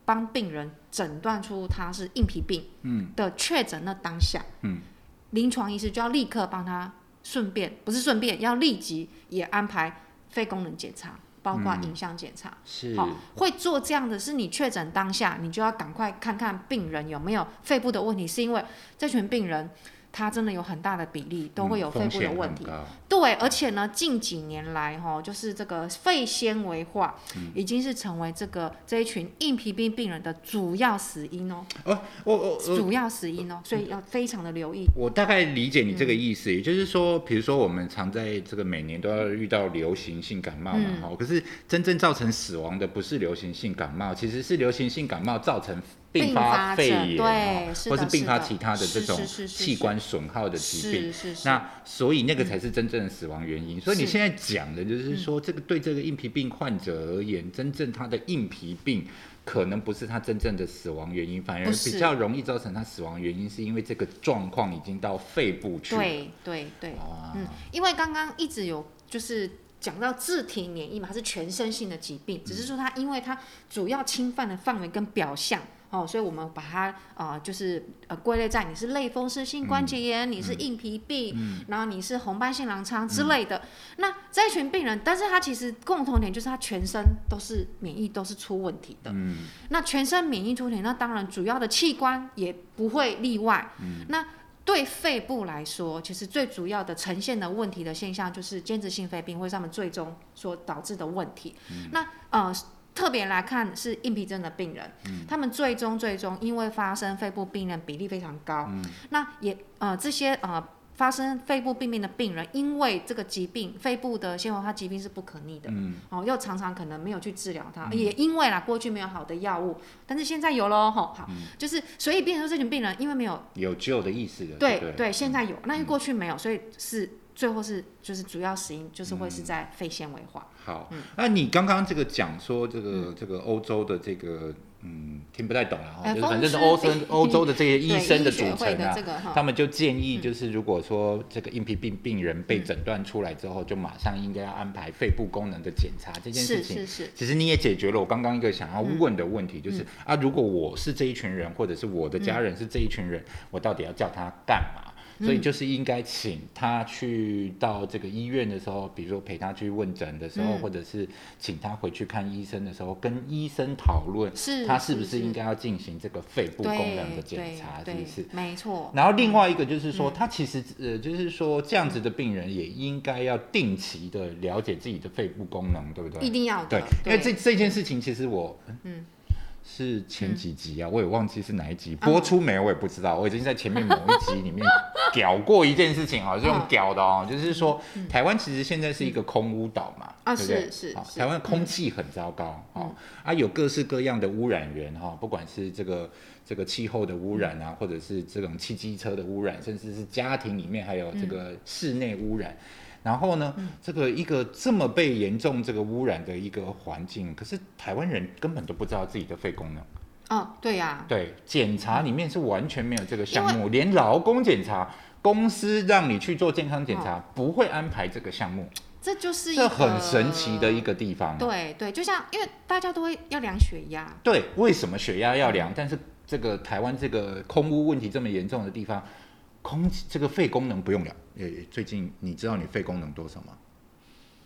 Speaker 2: 帮病人诊断出他是硬皮病，
Speaker 1: 嗯，
Speaker 2: 的确诊那当下，
Speaker 1: 嗯，
Speaker 2: 临床医师就要立刻帮他顺便，不是顺便，要立即也安排肺功能检查，包括影像检查。
Speaker 1: 嗯是
Speaker 2: 好、会做这样的是你确诊当下，你就要赶快看看病人有没有肺部的问题，是因为这群病人他真的有很大的比例都会有
Speaker 1: 嗯
Speaker 2: 肺
Speaker 1: 风
Speaker 2: 部的
Speaker 1: 险
Speaker 2: 问
Speaker 1: 很
Speaker 2: 题。
Speaker 1: 高
Speaker 2: 对，而且呢，近几年来哈、就是这个肺纤维化、
Speaker 1: 嗯
Speaker 2: 已经是成为这个这一群硬皮病病人的主要死因哦。
Speaker 1: 哦，我我我
Speaker 2: 主要死因哦，所以要非常的留意。
Speaker 1: 我大概理解你这个
Speaker 2: 嗯
Speaker 1: 意思，也就是说，比如说我们常在这个每年都要遇到流行性感冒
Speaker 2: 嗯
Speaker 1: 嘛，哦哈、可是真正造成死亡的不是流行性感冒，其实是流行性感冒造成并发
Speaker 2: 并发症
Speaker 1: 肺炎，
Speaker 2: 对
Speaker 1: 哦
Speaker 2: 是
Speaker 1: 或
Speaker 2: 的
Speaker 1: 是并发
Speaker 2: 是的
Speaker 1: 其他的这种
Speaker 2: 是是是是
Speaker 1: 器官损耗的疾病。
Speaker 2: 是是是，
Speaker 1: 那所以那个才是真正的死亡原因。所以你现在讲的就是说，这个对这个硬皮病患者而言，真正他的硬皮病可能不是他真正的死亡原因，反而
Speaker 2: 不是
Speaker 1: 比较容易造成他死亡原因，是因为这个状况已经到肺部去。，
Speaker 2: 对对对，
Speaker 1: 哇，
Speaker 2: 嗯，因为刚刚一直有就是讲到自体免疫嘛，它是全身性的疾
Speaker 1: 嗯
Speaker 2: 病，只是说它因为它主要侵犯的范围跟表象。哦，所以我们把它呃，就是呃归类在你是类风湿性关节炎，你是硬皮病，
Speaker 1: 嗯
Speaker 2: 然后你是红斑性狼疮之类的。那这一群病人，但是他其实共同点就是他全身都是免疫都是出问题的。
Speaker 1: 嗯，
Speaker 2: 那全身免疫出血，那当然主要的器官也不会例外。那对肺部来说，其实最主要的呈现的问题的现象就是间质性肺病，或是他们最终所导致的问题。那呃。特别来看是硬皮症的病人，他们最终最终因为发生肺部病变比例非常高，那也呃这些呃发生肺部病变的病人，因为这个疾病肺部的纤维化疾病是不可逆的，
Speaker 1: 嗯
Speaker 2: 哦，又常常可能没有去治疗它，也因为啦，过去没有好的药物，但是现在有喽，吼，好，就是所以变成这群病人，因为没有
Speaker 1: 有救的意思的。
Speaker 2: 对
Speaker 1: 不
Speaker 2: 对，现在有，
Speaker 1: 嗯
Speaker 2: 那因为过去没有，所以是最后是就是主要死因就是
Speaker 1: 嗯
Speaker 2: 会是在肺纤维化，
Speaker 1: 好，那你刚刚这个讲说这个这个欧洲的这个嗯听不太懂了哈，
Speaker 2: 哎
Speaker 1: 就是反正是欧
Speaker 2: 风湿
Speaker 1: 洲
Speaker 2: 病
Speaker 1: 欧洲的这些医
Speaker 2: 对
Speaker 1: 生的组
Speaker 2: 学会
Speaker 1: 成
Speaker 2: 的
Speaker 1: 啊
Speaker 2: 这，个
Speaker 1: 他
Speaker 2: 哈，
Speaker 1: 们就建
Speaker 2: 嗯
Speaker 1: 议，就是如果说这个硬皮病病人被诊断出来之后，就马上应该要安排肺部功能的检查这件事
Speaker 2: 是
Speaker 1: 情。
Speaker 2: 是是，
Speaker 1: 其实你也解决了我刚刚一个想要问的问题，
Speaker 2: 嗯
Speaker 1: 就是啊，如果我是这一群人，或者是我的家人是这一群人，我到底要叫他干嘛？
Speaker 2: 嗯
Speaker 1: 所以就是应该请他去到这个医院的时候，比如说陪他去问诊的时候，
Speaker 2: 嗯
Speaker 1: 或者是请他回去看医生的时候，跟医生讨论
Speaker 2: 是
Speaker 1: 他是不
Speaker 2: 是
Speaker 1: 是应该要进行这个肺部
Speaker 2: 对
Speaker 1: 功能的检
Speaker 2: 对
Speaker 1: 查，是
Speaker 2: 对
Speaker 1: 不是？
Speaker 2: 没错，
Speaker 1: 然后另外一个就是
Speaker 2: 嗯
Speaker 1: 说，他其实呃，就是说这样子的病人也应该要定期的了解自己的肺部功能，对不
Speaker 2: 一
Speaker 1: 对？
Speaker 2: 定要
Speaker 1: 对
Speaker 2: 的，，
Speaker 1: 因为这这件事情其实我嗯
Speaker 2: 嗯
Speaker 1: 是前几集啊，我也忘记是哪一集
Speaker 2: 嗯
Speaker 1: 播出没有，我也不知道。我已经在前面某一集里面屌过一件事情啊，是用
Speaker 2: 嗯
Speaker 1: 屌的哦，就是说台湾其实现在是一个空污岛嘛，
Speaker 2: 啊
Speaker 1: 对不对？
Speaker 2: 是是
Speaker 1: 好
Speaker 2: 是嗯
Speaker 1: 台湾的空气很糟糕哦，啊有各式各样的污染源哈，不管是这个这个气候的污染
Speaker 2: 嗯
Speaker 1: 啊，或者是这种汽机车的污染，甚至是家庭里面还有这
Speaker 2: 嗯
Speaker 1: 个室内污染。然后呢，这个一个这么被严重这个污染的一个环境，可是台湾人根本都不知道自己的肺功能，
Speaker 2: 嗯，对呀，
Speaker 1: 对检查里面是完全没有这个项目，连劳工检查公司让你去做健康检查，不会安排这个项目，
Speaker 2: 这哦就是一
Speaker 1: 这
Speaker 2: 个
Speaker 1: 很神奇啊的一。个地方。
Speaker 2: 对对，就像因为大家都会要量血压，
Speaker 1: 对，为什么血压要量？但是这个台湾这个空污问题这么严重的地方，空气这个肺功能不用量。诶，最近你知道你肺功能多少吗？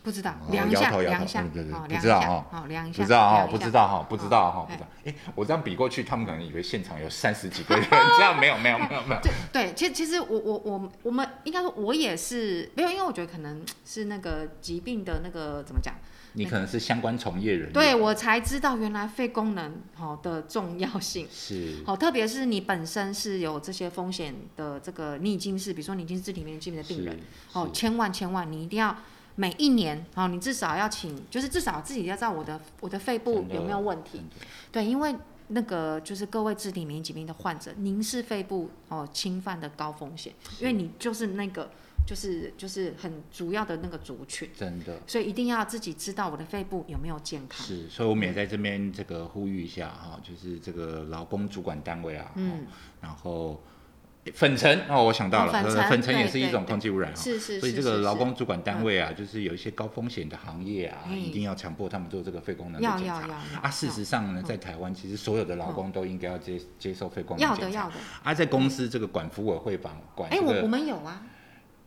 Speaker 2: 不知道
Speaker 1: 哦
Speaker 2: 量一下
Speaker 1: 摇头摇头
Speaker 2: 量一下，
Speaker 1: 嗯对对对
Speaker 2: 哦
Speaker 1: 不
Speaker 2: 量一
Speaker 1: 知道
Speaker 2: 下
Speaker 1: 哦
Speaker 2: 哦量一
Speaker 1: 不
Speaker 2: 下，
Speaker 1: 知道哈，
Speaker 2: 量一
Speaker 1: 不
Speaker 2: 下
Speaker 1: 知道哈，不知道哈，
Speaker 2: 哦
Speaker 1: 不知道。诶，我这样比过去，他们可能以为现场有三十几个人，这样没有没有 没有没有。
Speaker 2: 对对，其实其实我我我我们应该说，我也是没有，因为我觉得可能是那个疾病的那个怎么讲，
Speaker 1: 你可能是相关从业人员。
Speaker 2: 对我才知道原来肺功能好的重要性。
Speaker 1: 是
Speaker 2: 好，特别是你本身是有这些风险的，这个你已经是，比如说你已经是肢体免疫疾病的病人，哦，
Speaker 1: 是
Speaker 2: 千万千万，你一定要每一年，哦，你至少要请，就是至少自己要知道我的我的肺部
Speaker 1: 真的
Speaker 2: 有没有问题
Speaker 1: 真，的
Speaker 2: 对，因为那个就是各位肢体免疫疾病的患者，您是肺部哦侵犯的高风险，因为你就是那个就是就是很主要的那个族群，
Speaker 1: 真的。
Speaker 2: 所以一定要自己知道我的肺部有没有健康。
Speaker 1: 是，所以我们也在这边这个呼吁一下哈，就是这个劳工主管单位啊，
Speaker 2: 嗯
Speaker 1: 哦，然后粉尘哦，我想到
Speaker 2: 哦
Speaker 1: 了，
Speaker 2: 粉
Speaker 1: 呃
Speaker 2: 尘
Speaker 1: 粉尘也
Speaker 2: 对
Speaker 1: 是一
Speaker 2: 对
Speaker 1: 种
Speaker 2: 对
Speaker 1: 空气污染啊。
Speaker 2: 是是，
Speaker 1: 所以这
Speaker 2: 是
Speaker 1: 个
Speaker 2: 是嗯
Speaker 1: 劳
Speaker 2: 是
Speaker 1: 工主管单位啊，就是有一些高风险的行业啊，
Speaker 2: 嗯
Speaker 1: 一定要强迫他们做这个肺功能的
Speaker 2: 要
Speaker 1: 检
Speaker 2: 要要
Speaker 1: 查。
Speaker 2: 要
Speaker 1: 啊，事实上呢，
Speaker 2: 嗯
Speaker 1: 在台湾其实所有的劳工都应该要接接受肺功
Speaker 2: 要
Speaker 1: 能
Speaker 2: 的
Speaker 1: 检查。
Speaker 2: 要的。
Speaker 1: 啊，在公司这个管服委会管管
Speaker 2: 哎，
Speaker 1: 这
Speaker 2: 我我
Speaker 1: 个，
Speaker 2: 们有啊，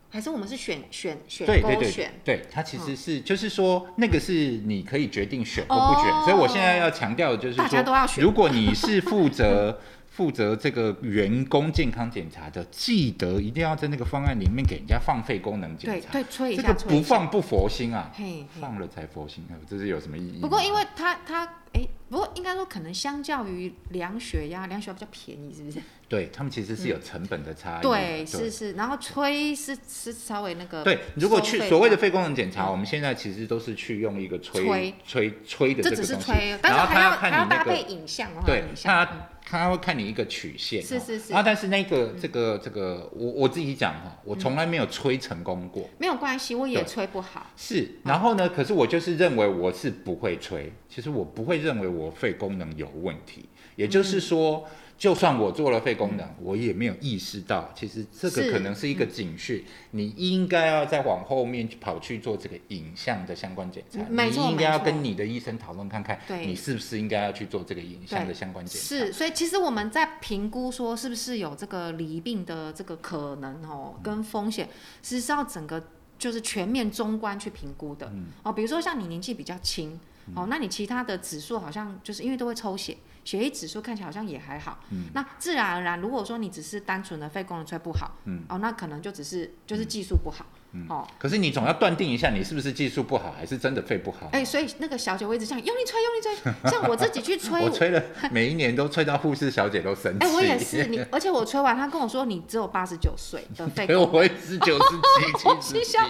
Speaker 2: 还是我们是选选选
Speaker 1: 对对
Speaker 2: 勾
Speaker 1: 对
Speaker 2: 选。嗯
Speaker 1: 对，它其实是就是说那个是你可以决定选或不选，所以我现在要强调的就是
Speaker 2: 大
Speaker 1: 说
Speaker 2: 家都要选
Speaker 1: 如果你是负责负责这个员工健康检查的，记得一定要在那个方案里面给人家放肺功能检
Speaker 2: 对
Speaker 1: 查。
Speaker 2: 对，吹一
Speaker 1: 这
Speaker 2: 下
Speaker 1: 个
Speaker 2: 吹
Speaker 1: 不
Speaker 2: 一下。
Speaker 1: 放不佛心啊，
Speaker 2: 嘿，嘿
Speaker 1: 放了才佛心，呃这是有什么意义吗？
Speaker 2: 不过因为它它哎，不过应该说可能相较于量血压，量血压比较便宜，是不是？
Speaker 1: 对他们其实是有成本的差异的、
Speaker 2: 嗯对，是是，然后吹是是稍微那个
Speaker 1: 对，如果去
Speaker 2: 收费
Speaker 1: 所谓的
Speaker 2: 吧
Speaker 1: 肺功能检查，
Speaker 2: 嗯
Speaker 1: 我们现在其实都是去用一个吹
Speaker 2: 吹
Speaker 1: 吹吹的
Speaker 2: 这
Speaker 1: 个
Speaker 2: 只
Speaker 1: 东西，
Speaker 2: 是吹，但
Speaker 1: 然后
Speaker 2: 是还
Speaker 1: 他
Speaker 2: 要
Speaker 1: 看
Speaker 2: 还要
Speaker 1: 你那
Speaker 2: 搭
Speaker 1: 个
Speaker 2: 配影像哦，
Speaker 1: 对
Speaker 2: 影，像嗯
Speaker 1: 他他会看你一个曲线，
Speaker 2: 是
Speaker 1: 哦
Speaker 2: 是是嗯
Speaker 1: 然后但是那个这个这个，我我自己讲哈，我从来没有吹成功过。
Speaker 2: 没有关系，我也
Speaker 1: 对
Speaker 2: 吹不好，
Speaker 1: 是，然后呢？可是我就是认为我是不会吹，其实我不会认为我肺功能有问题。也
Speaker 2: 嗯
Speaker 1: 就是说，就算我做了肺功能，我也没有意识到，其实这个
Speaker 2: 是嗯
Speaker 1: 可能是一个警讯，你应该要再往后面去跑去做这个影像的相关检查，
Speaker 2: 嗯没错
Speaker 1: 你应该要
Speaker 2: 没错
Speaker 1: 跟你的医生讨论看看，
Speaker 2: 对
Speaker 1: 你是不是应该要去做这个影像的相关检查。
Speaker 2: 是，所以其实我们在评估说是不是有这个离病的这个可能哦，
Speaker 1: 嗯
Speaker 2: 跟风险，其实是要整个就是全面中观去评估的
Speaker 1: 嗯
Speaker 2: 哦。比如说像你年纪比较轻哦，那你其他的指数好像就是因为都会抽血，血液指数看起来好像也还好，
Speaker 1: 嗯
Speaker 2: 那自然而然，如果说你只是单纯的肺功能吹不好，
Speaker 1: 嗯
Speaker 2: 哦，那可能就只是就是技术不好，哦，
Speaker 1: 可是你总要断定一下，你是不是技术不好，还是真的肺不好？
Speaker 2: 哎、所以那个小姐我一直讲用力吹，用力吹，像我自己去吹，
Speaker 1: 我吹了，每一年都吹到护士小姐都生 气。
Speaker 2: 哎、我也是你，而且我吹完，她跟我说你只有八十九岁 的肺
Speaker 1: 所以
Speaker 2: 功能。
Speaker 1: 我也是九十几、七十
Speaker 2: 心
Speaker 1: 几
Speaker 2: 想，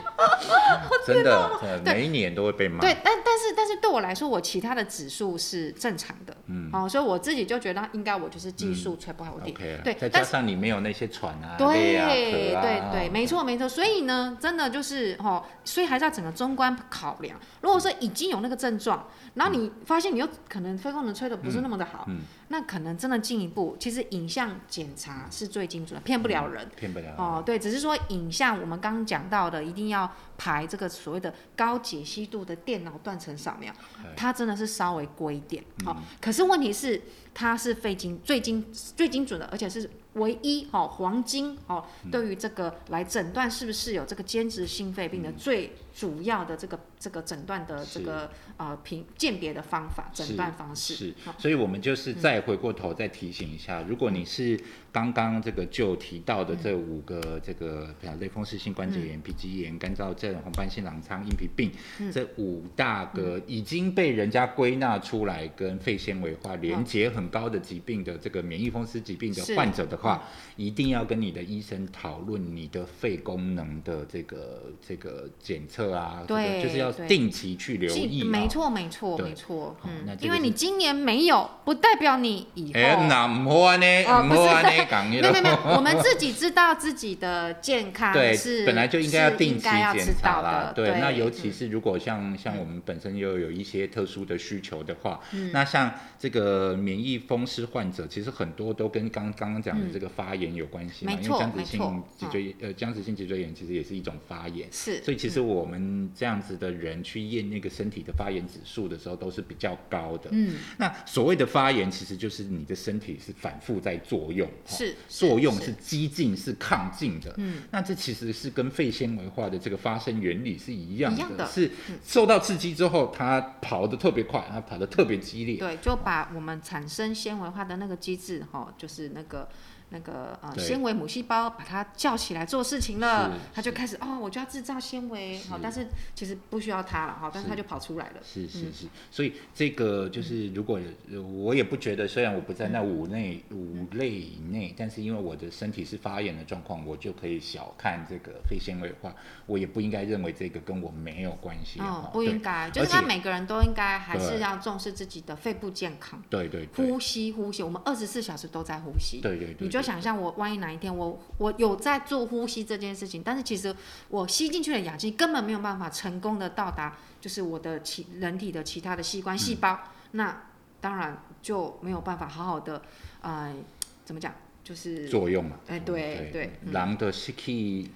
Speaker 1: 真的，真的
Speaker 2: 对
Speaker 1: 每一年都会被骂。
Speaker 2: 对，但但是但是对我来说，我其他的指数是正常的，
Speaker 1: 嗯
Speaker 2: 哦，所以我自己就觉得应该我就是技术吹不好我弟，
Speaker 1: ，OK 啊。
Speaker 2: 对，
Speaker 1: 再加
Speaker 2: 但是
Speaker 1: 上你没有那些喘啊、
Speaker 2: 对、
Speaker 1: 累啊、咳啊
Speaker 2: 对对，没。错没错，所以呢，真的就是哦，所以还是要整个中观考量。如果说已经有那个症状，然后你发现你又可能肺功能吹的不是那么的好，
Speaker 1: 嗯嗯嗯
Speaker 2: 那可能真的进一步，其实影像检查是最精准的，骗不了人。
Speaker 1: 骗不了。
Speaker 2: 哦，对，只是说影像，我们刚刚讲到的，一定要排这个所谓的高解析度的电脑断层扫描
Speaker 1: 哎，嗯
Speaker 2: 它真的是稍微贵一点。哦，可是问题是它是非精最精最精准的，而且是唯一哦黄金哦，
Speaker 1: 嗯
Speaker 2: 对于这个来诊断是不是有这个间质性肺病的最主要的这个这个诊断的这
Speaker 1: 嗯是
Speaker 2: 个呃评鉴别的方法
Speaker 1: 是
Speaker 2: 诊断方式。
Speaker 1: 是
Speaker 2: 哦，
Speaker 1: 所以我们就是再回过头再提醒一下，如果你是刚刚这个就提到的这五个这个呃类风湿性关节
Speaker 2: 嗯
Speaker 1: 炎、皮肌炎、干燥症、红斑性狼疮、硬皮病这五大
Speaker 2: 嗯
Speaker 1: 个已经被人家归纳出来跟肺纤维化连接很高的疾病的这个免疫风湿疾病的
Speaker 2: 是嗯
Speaker 1: 患者的话，一定要跟你的医生讨论你的肺功能的这个这个检测啊，这个
Speaker 2: 对
Speaker 1: 就是要
Speaker 2: 对
Speaker 1: 定期去留意、
Speaker 2: 进
Speaker 1: 啊，
Speaker 2: 没错，没错，
Speaker 1: 对
Speaker 2: 没错。
Speaker 1: 好那
Speaker 2: 嗯，
Speaker 1: 这
Speaker 2: 因
Speaker 1: 个
Speaker 2: 为
Speaker 1: 是
Speaker 2: 你今年没有，不代表你以后。
Speaker 1: 哎、那唔好安尼，
Speaker 2: 哦
Speaker 1: 唔
Speaker 2: 不
Speaker 1: 好
Speaker 2: 是
Speaker 1: 安尼讲迄
Speaker 2: 没有没有没有，我们自己知道自己的健康是
Speaker 1: 对，本来就应该要定
Speaker 2: 是应
Speaker 1: 期
Speaker 2: 该要
Speaker 1: 检
Speaker 2: 知
Speaker 1: 查
Speaker 2: 道
Speaker 1: 啦
Speaker 2: 的。。
Speaker 1: 对，那尤其
Speaker 2: 嗯
Speaker 1: 是如果像、像我们本身又有一些特殊的需
Speaker 2: 嗯
Speaker 1: 求的话，那像这个免疫风湿患者，其实很多都跟刚刚刚讲的这个发炎有关系嘛，
Speaker 2: 没
Speaker 1: 因为
Speaker 2: 错
Speaker 1: 僵直
Speaker 2: 没
Speaker 1: 性
Speaker 2: 错嗯
Speaker 1: 脊椎、呃僵直性脊椎炎其实也是一种发炎。
Speaker 2: 是，
Speaker 1: 所以其实
Speaker 2: 嗯
Speaker 1: 我们这样子的人去验那个身体的发炎指数的时候，都是比较高的。
Speaker 2: 嗯
Speaker 1: 那所谓的发炎，其实就是你的身体是反复在作用，哦
Speaker 2: 是
Speaker 1: 作用是激进是亢进的。
Speaker 2: 嗯
Speaker 1: 那这其实是跟肺纤维化的这个发生原理是一样的，
Speaker 2: 一样的
Speaker 1: 是
Speaker 2: 嗯
Speaker 1: 受到刺激之后，它跑得特别快，它跑得特别激烈。
Speaker 2: 对，就把我们产生纤维化的那个机制，哈、就是那个那个呃
Speaker 1: 对
Speaker 2: 纤维母细胞，把它叫起来做事情了
Speaker 1: 是，
Speaker 2: 它就开始哦，我就要制造纤维，好、
Speaker 1: 是
Speaker 2: 但是其实不需要它了，哈、但是它
Speaker 1: 是
Speaker 2: 就跑出来了，
Speaker 1: 是是
Speaker 2: 嗯
Speaker 1: 是，所以这个就是，如果呃我也不觉得，虽然我不在那五内
Speaker 2: 嗯
Speaker 1: 五类以内，但是因为我的身体是发炎的状况，我就可以小看这个肺纤维化，我也不应该认为这个跟我没有关系啊
Speaker 2: 哦
Speaker 1: 哈，
Speaker 2: 不应该，就是
Speaker 1: 而且
Speaker 2: 他每个人都应该还是
Speaker 1: 对
Speaker 2: 要重视自己的肺部健康，
Speaker 1: 对对对
Speaker 2: 呼吸呼吸，我们二十四小时都在呼吸，
Speaker 1: 对对对，
Speaker 2: 你就
Speaker 1: 对
Speaker 2: 想象我万一哪一天我我有在做呼吸这件事情，但是其实我吸进去的氧气根本没有办法成功的到达，就是我的其人体的其他的器官细胞，
Speaker 1: 嗯
Speaker 2: 那当然就没有办法好好的，呃，怎么讲，就是
Speaker 1: 作用嘛，
Speaker 2: 哎
Speaker 1: 嗯
Speaker 2: 对对嗯
Speaker 1: 狼的 s i k i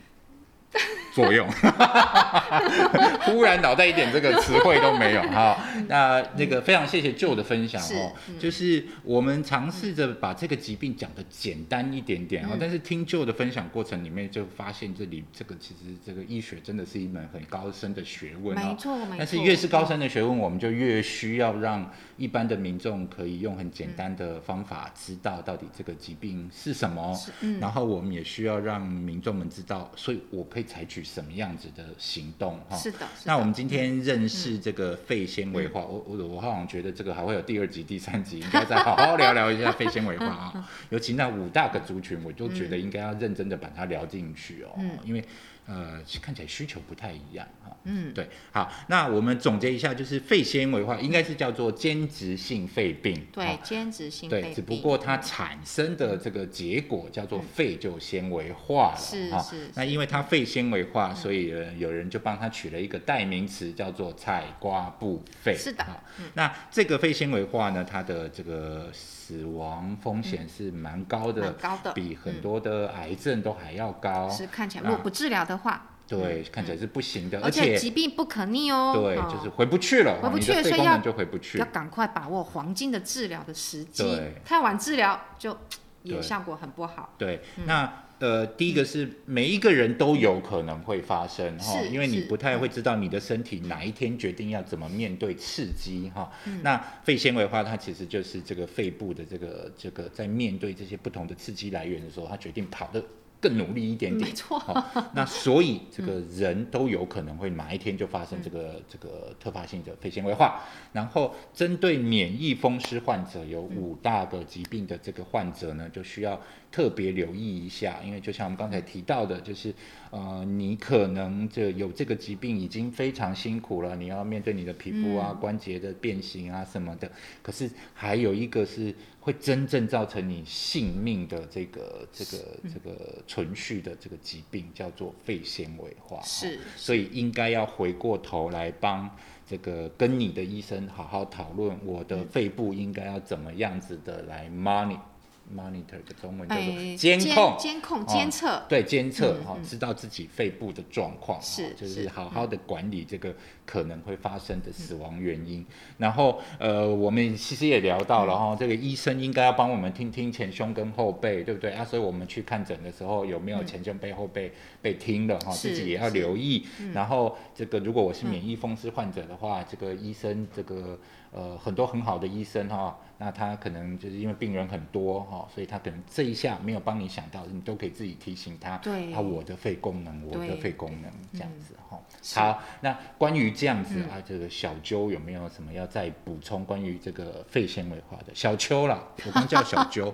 Speaker 1: 作用， 忽然脑袋一点这个词汇都没有哈。那那个非常谢谢旧的分享
Speaker 2: 嗯是嗯
Speaker 1: 哦，就是我们尝试着把这个疾病讲的简单一点点哦
Speaker 2: 嗯，
Speaker 1: 但是听旧的分享过程里面就发现这里这个其实这个医学真的是一门很高深的学问
Speaker 2: 没
Speaker 1: 哦。
Speaker 2: 错没错，
Speaker 1: 但是越是高深的学问，我们就越需要让一般的民众可以用很简单的方法知道到底这个疾病是什么。
Speaker 2: 是，嗯，
Speaker 1: 然后我们也需要让民众们知道，所以我可以采取什么样子的行动哈。
Speaker 2: 哦是的，嗯是
Speaker 1: 那
Speaker 2: 的
Speaker 1: 我们今天认识这个肺纤维化，我我我好像觉得这个还会有第二集、第三集，应该再好好聊聊一下肺纤维化 啊、
Speaker 2: 嗯
Speaker 1: 尤其那五大个族群，我就觉得应该要认真的把它聊进去哦，
Speaker 2: 嗯
Speaker 1: 因为呃看起来需求不太一样哈、
Speaker 2: 嗯
Speaker 1: 对，好，那我们总结一下，就是肺纤维化应该是叫做间质性肺病，
Speaker 2: 对兼职性嗯
Speaker 1: 对，
Speaker 2: 被
Speaker 1: 只不
Speaker 2: 逼
Speaker 1: 过它产生的这个结果叫做肺就纤维化了
Speaker 2: 嗯是
Speaker 1: 哈
Speaker 2: 是嗯
Speaker 1: 那因为它肺纤维化，所以呃有人就帮它取了一个代名词，叫做菜瓜布肺。
Speaker 2: 是的
Speaker 1: 哈
Speaker 2: 嗯
Speaker 1: 那这个肺纤维化呢，它的这个死亡风险是蛮高的，
Speaker 2: 嗯蛮高的，嗯
Speaker 1: 比很多的癌症都还要高。
Speaker 2: 是看起来如果
Speaker 1: 啊
Speaker 2: 不治疗的话，
Speaker 1: 对，看起来是不行的，
Speaker 2: 而
Speaker 1: 且
Speaker 2: 且疾病不可逆哦，
Speaker 1: 对，
Speaker 2: 哦
Speaker 1: 就是回不去了，
Speaker 2: 回不
Speaker 1: 你
Speaker 2: 去
Speaker 1: 的
Speaker 2: 了
Speaker 1: 肺
Speaker 2: 所以
Speaker 1: 功
Speaker 2: 要
Speaker 1: 能就回不去
Speaker 2: 要。赶快把握黄金的治疗的时机
Speaker 1: 对，
Speaker 2: 太晚治疗就也
Speaker 1: 对
Speaker 2: 效果很不好。
Speaker 1: 对，那呃，第一个是每一个人都有可能会发生哈，
Speaker 2: 是
Speaker 1: 因为你
Speaker 2: 是
Speaker 1: 不太会知道你的身体哪一天决定要怎么面对刺激哈。
Speaker 2: 嗯
Speaker 1: 那肺纤维化它其实就是这个肺部的这个这个在面对这些不同的刺激来源的时候，它决定跑得更努力一点点
Speaker 2: 没。错，
Speaker 1: 好、那所以这个
Speaker 2: 嗯
Speaker 1: 人都有可能会哪一天就发生这个、这个特发性的肺纤维化。然后针对免疫风湿患者，有五大个疾病的这个患者呢，就需要特别留意一下，因为就像我们刚才提到的，就是呃，你可能这有这个疾病已经非常辛苦了，你要面对你的皮肤啊、关节的变形啊什么的，可是还有一个是会真正造成你性命的这个这个这个存续的这个疾病，叫做肺纤维化。
Speaker 2: 是
Speaker 1: 所以应该要回过头来帮这个跟你的医生好好讨论，我的肺部应该要怎么样子的来 monitor monitor 的中文叫做
Speaker 2: 哎，
Speaker 1: 监控。
Speaker 2: 监控、
Speaker 1: 哦
Speaker 2: 监测，
Speaker 1: 对监测
Speaker 2: 嗯
Speaker 1: 哈，知道自己肺部的状况，哈
Speaker 2: 是
Speaker 1: 就是
Speaker 2: 是嗯
Speaker 1: 好好的管理这个可能会发生的死亡原因。然后呃，我们其实也聊到了
Speaker 2: 嗯
Speaker 1: 哈，这个医生应该要帮我们听听前胸跟后背，对不对啊？所以我们去看诊的时候有没有前胸背后背被听了哈，
Speaker 2: 嗯是
Speaker 1: 自己也要
Speaker 2: 是嗯
Speaker 1: 留意。然后这个如果我是免疫风湿患者的话，这个医生这个呃很多很好的医生哈、那他可能就是因为病人很多哈、所以他可能这一下没有帮你想到，你都可以自己提醒他。
Speaker 2: 对
Speaker 1: 啊，我的肺功能，我的
Speaker 2: 对嗯
Speaker 1: 肺功能这样子哈、
Speaker 2: 是嗯
Speaker 1: 好，那关于这样子、啊，这个小揪有没有什么要再补充关于这个肺纤维化的？小邱啦，我刚叫小揪，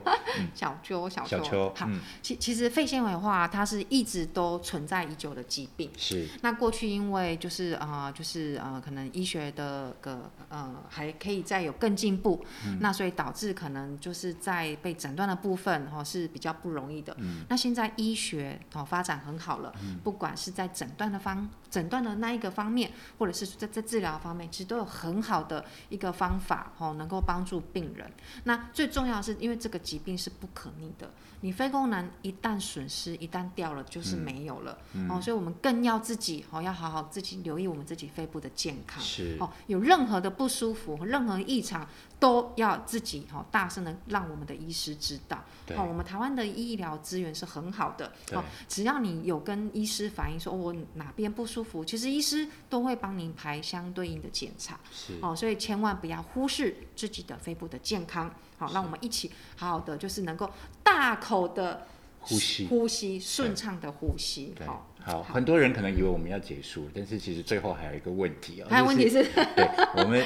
Speaker 2: 小揪、 小
Speaker 1: 小
Speaker 2: 揪
Speaker 1: 邱，，
Speaker 2: 好。
Speaker 1: 嗯，
Speaker 2: 其其实肺纤维化它是一直都存在已久的疾病。
Speaker 1: 是
Speaker 2: 那过去因为就是
Speaker 1: 嗯
Speaker 2: 呃就是呃可能医学的个呃还可以再有更进步，那所以导致可能就是在被诊断的部分哦是比较不容易的。
Speaker 1: 嗯
Speaker 2: 那现在医学哦发展很好了，不管是在诊断的方诊断的那一个方面，或者是在在治疗方面，其实都有很好的一个方法哦，能够帮助病人。那最重要的是，因为这个疾病是不可逆的，你肺功能一旦损失，一旦掉了，就是
Speaker 1: 嗯
Speaker 2: 没有了、
Speaker 1: 嗯
Speaker 2: 哦，所以我们更要自己哦，要好好自己留意我们自己肺部的健康。
Speaker 1: 是
Speaker 2: 哦，有任何的不舒服、任何异常，都要自己哦大声的让我们的医师知道。
Speaker 1: 对
Speaker 2: 哦，我们台湾的医疗资源是很好的
Speaker 1: 对
Speaker 2: 哦，只要你有跟医师反映说、哦我哪边不舒服，其实医师都会帮您排相对应的检查
Speaker 1: 是
Speaker 2: 哦，所以千万不要忽视自己的肺部的健康。好、让我们一起好好的，就是能够大口的
Speaker 1: 呼吸。
Speaker 2: 呼吸，顺畅的呼吸。哦
Speaker 1: 对，
Speaker 2: 好、
Speaker 1: 好，很多人可能以为我们要结束，但是其实最后还有一个问题啊、
Speaker 2: 还有问题，
Speaker 1: 就是对，我们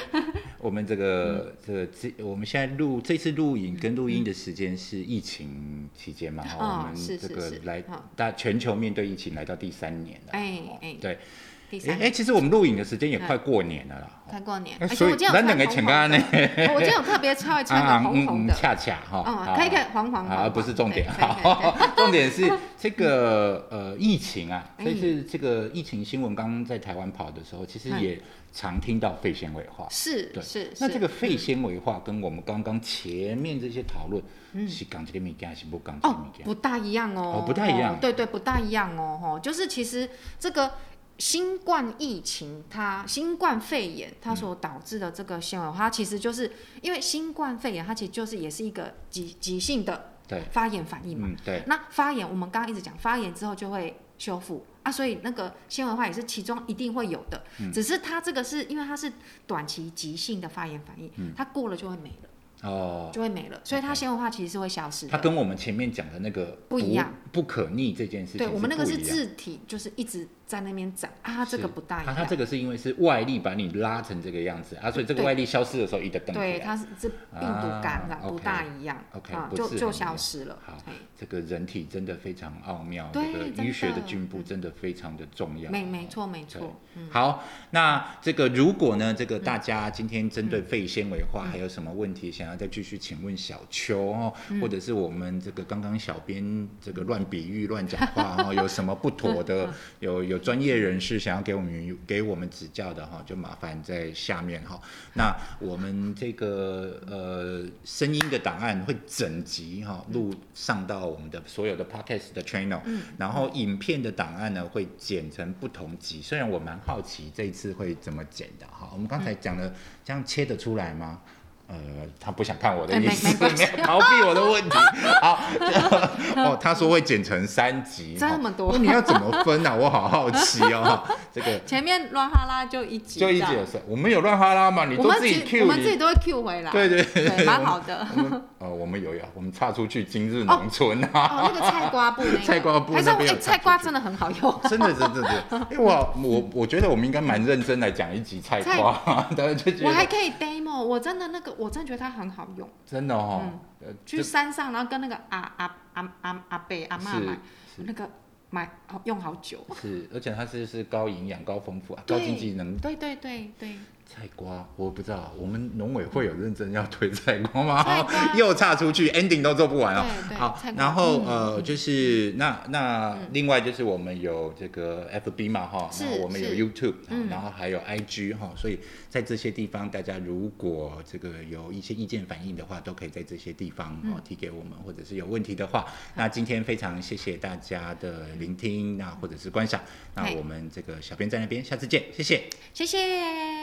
Speaker 1: 我们这个这个这我们现在录这次录影跟录音的时间是疫情期间嘛？
Speaker 2: 哦
Speaker 1: 我们
Speaker 2: 是
Speaker 1: 这
Speaker 2: 是
Speaker 1: 个
Speaker 2: 是
Speaker 1: 来
Speaker 2: 好
Speaker 1: 大全球面对疫情来到第三年了。
Speaker 2: 哎
Speaker 1: 哦
Speaker 2: 哎
Speaker 1: 对，
Speaker 2: 第
Speaker 1: 哎
Speaker 2: 三嗯
Speaker 1: 哎，其实我们录影的时间也快过年了啦。
Speaker 2: 看过年，
Speaker 1: 哎
Speaker 2: 而且
Speaker 1: 所以
Speaker 2: 我今天有
Speaker 1: 咱
Speaker 2: 穿
Speaker 1: 两
Speaker 2: 红
Speaker 1: 个请假
Speaker 2: 红
Speaker 1: 呢
Speaker 2: 的，哦我今天有特别超爱穿
Speaker 1: 啊
Speaker 2: 的红红的，
Speaker 1: 恰恰哈，
Speaker 2: 哦
Speaker 1: 好，
Speaker 2: 可以看黄黄
Speaker 1: 啊，
Speaker 2: 黄
Speaker 1: 不是重点，
Speaker 2: 对对对
Speaker 1: 重点 是这个呃疫情啊，
Speaker 2: 哎
Speaker 1: 这是这个疫情新闻刚刚在台湾跑的时候，其实
Speaker 2: 嗯
Speaker 1: 也常听到肺纤维化。
Speaker 2: 是
Speaker 1: 对
Speaker 2: 是是。嗯
Speaker 1: 那这个肺纤维化跟我们刚刚前面这些讨论、是讲这个物件，是不讲这个
Speaker 2: 嗯哦
Speaker 1: 物，件？
Speaker 2: 不大一样哦
Speaker 1: 哦，不大一样
Speaker 2: 哦对对，不大一样哦，哦，就是其实这个。新冠疫情，它新冠肺炎它所导致的这个纤维化，它其实就是因为新冠肺炎，它其实就是也是一个急急性的
Speaker 1: 对，
Speaker 2: 发炎反应嘛。
Speaker 1: 嗯，对，
Speaker 2: 那发炎，我们刚刚一直讲，发炎之后就会修复啊，所以那个纤维化也是其中一定会有的，
Speaker 1: 嗯
Speaker 2: 只是它这个是因为它是短期急性的发炎反应，它过了就会没了，
Speaker 1: 嗯哦，
Speaker 2: 就会没了，所以它
Speaker 1: OK
Speaker 2: 纤维化其实是会消失
Speaker 1: 它
Speaker 2: 的。
Speaker 1: 跟我们前面讲的那个
Speaker 2: 不一样
Speaker 1: 不、不可逆这件事情
Speaker 2: 对，我们那个
Speaker 1: 不
Speaker 2: 是
Speaker 1: 一样
Speaker 2: 自体，就是一直在那边长啊，它这
Speaker 1: 是
Speaker 2: 个不大一
Speaker 1: 它
Speaker 2: 样。
Speaker 1: 它这个是因为是外力把你拉成这个样子啊，所以这个
Speaker 2: 对
Speaker 1: 外力消失的时候，一的灯
Speaker 2: 对，它是这病毒感染
Speaker 1: 啊
Speaker 2: 不大一样
Speaker 1: OK，
Speaker 2: 啊，
Speaker 1: 不
Speaker 2: 就是就
Speaker 1: 很一
Speaker 2: 消
Speaker 1: 样
Speaker 2: 失了。
Speaker 1: 好
Speaker 2: 嘿
Speaker 1: 这个人体真的非常奥妙，
Speaker 2: 对
Speaker 1: 这个
Speaker 2: 真
Speaker 1: 医学的
Speaker 2: 的
Speaker 1: 进步真的非常的重要。
Speaker 2: 没没错没
Speaker 1: 对
Speaker 2: 错，
Speaker 1: 好，那这个如果呢，这个大家今天针对肺纤维化还有什么问题，想要再继续请问小邱哦，或者是我们这个刚刚小编这个乱比喻、乱讲话哦，有什么不妥的，有有专业人士想要给我们给我们指教的哈、就麻烦在下面哈、那我们这个呃声音的档案会整集哈、录上到我们的所有的 podcast 的 channel，、然后影片的档案呢会剪成不同集。虽然我蛮好奇这一次会怎么剪的哈，我们刚才讲了，这样切得出来吗？呃，他不想看我的
Speaker 2: 哎
Speaker 1: 意
Speaker 2: 没
Speaker 1: 思，
Speaker 2: 没关系
Speaker 1: 有逃避我的问题。好，哦，他说会剪成三集，
Speaker 2: 这
Speaker 1: 哈
Speaker 2: 么多
Speaker 1: 那你要怎么分啊？我好好奇哦，这个
Speaker 2: 前面乱哈拉就一集
Speaker 1: 就一
Speaker 2: 这
Speaker 1: 直
Speaker 2: 样
Speaker 1: 有事，我们有乱哈拉吗？你
Speaker 2: 我
Speaker 1: 都
Speaker 2: 们
Speaker 1: 自己
Speaker 2: 其
Speaker 1: Q
Speaker 2: 我们自己
Speaker 1: 你。
Speaker 2: 都会 Q 回来，
Speaker 1: 对对
Speaker 2: 对，蛮好的。
Speaker 1: 我们呃，我们有呀，我们岔出去今日农村啊。
Speaker 2: 哦，那个菜瓜布那个，
Speaker 1: 菜瓜布
Speaker 2: 还是
Speaker 1: 那
Speaker 2: 我
Speaker 1: 边有
Speaker 2: 哎，菜瓜真的很好用。
Speaker 1: 哦真的，真的，真的， 因为我我我觉得我们应该蛮认真来讲一集菜 瓜，对，就觉
Speaker 2: 我还
Speaker 1: 得
Speaker 2: 可以 demo，我真的那个，我真的觉得它很好用。
Speaker 1: 真的哦，
Speaker 2: 嗯
Speaker 1: 呃
Speaker 2: 去
Speaker 1: 这
Speaker 2: 山上，然后跟那个阿阿阿阿阿伯阿妈
Speaker 1: 是
Speaker 2: 买
Speaker 1: 是
Speaker 2: 那个买好用好久。
Speaker 1: 是，而且它是是高营养、高丰富、啊、高
Speaker 2: 对
Speaker 1: 经济能
Speaker 2: 对对对对，
Speaker 1: 菜瓜，我不知道我们农委会有认真要推菜瓜吗？
Speaker 2: 菜瓜
Speaker 1: 又岔出去，ending 都做不完哦。
Speaker 2: 对对
Speaker 1: 好
Speaker 2: 菜，瓜嗯
Speaker 1: 然后呃，就是那那另外就是我们有这个 FB 嘛哈，
Speaker 2: 是
Speaker 1: 然后我们有
Speaker 2: 是
Speaker 1: YouTube，
Speaker 2: 嗯
Speaker 1: 然后还有 IG 哈，所以在这些地方，大家如果这个有一些意见反映的话，都可以在这些地方
Speaker 2: 嗯
Speaker 1: 哦提给我们，或者是有问题的话，那今天非常谢谢大家的聆听，那或者是观赏，那
Speaker 2: 嗨
Speaker 1: 我们这个小编在那边，下次见，谢谢。
Speaker 2: 谢谢。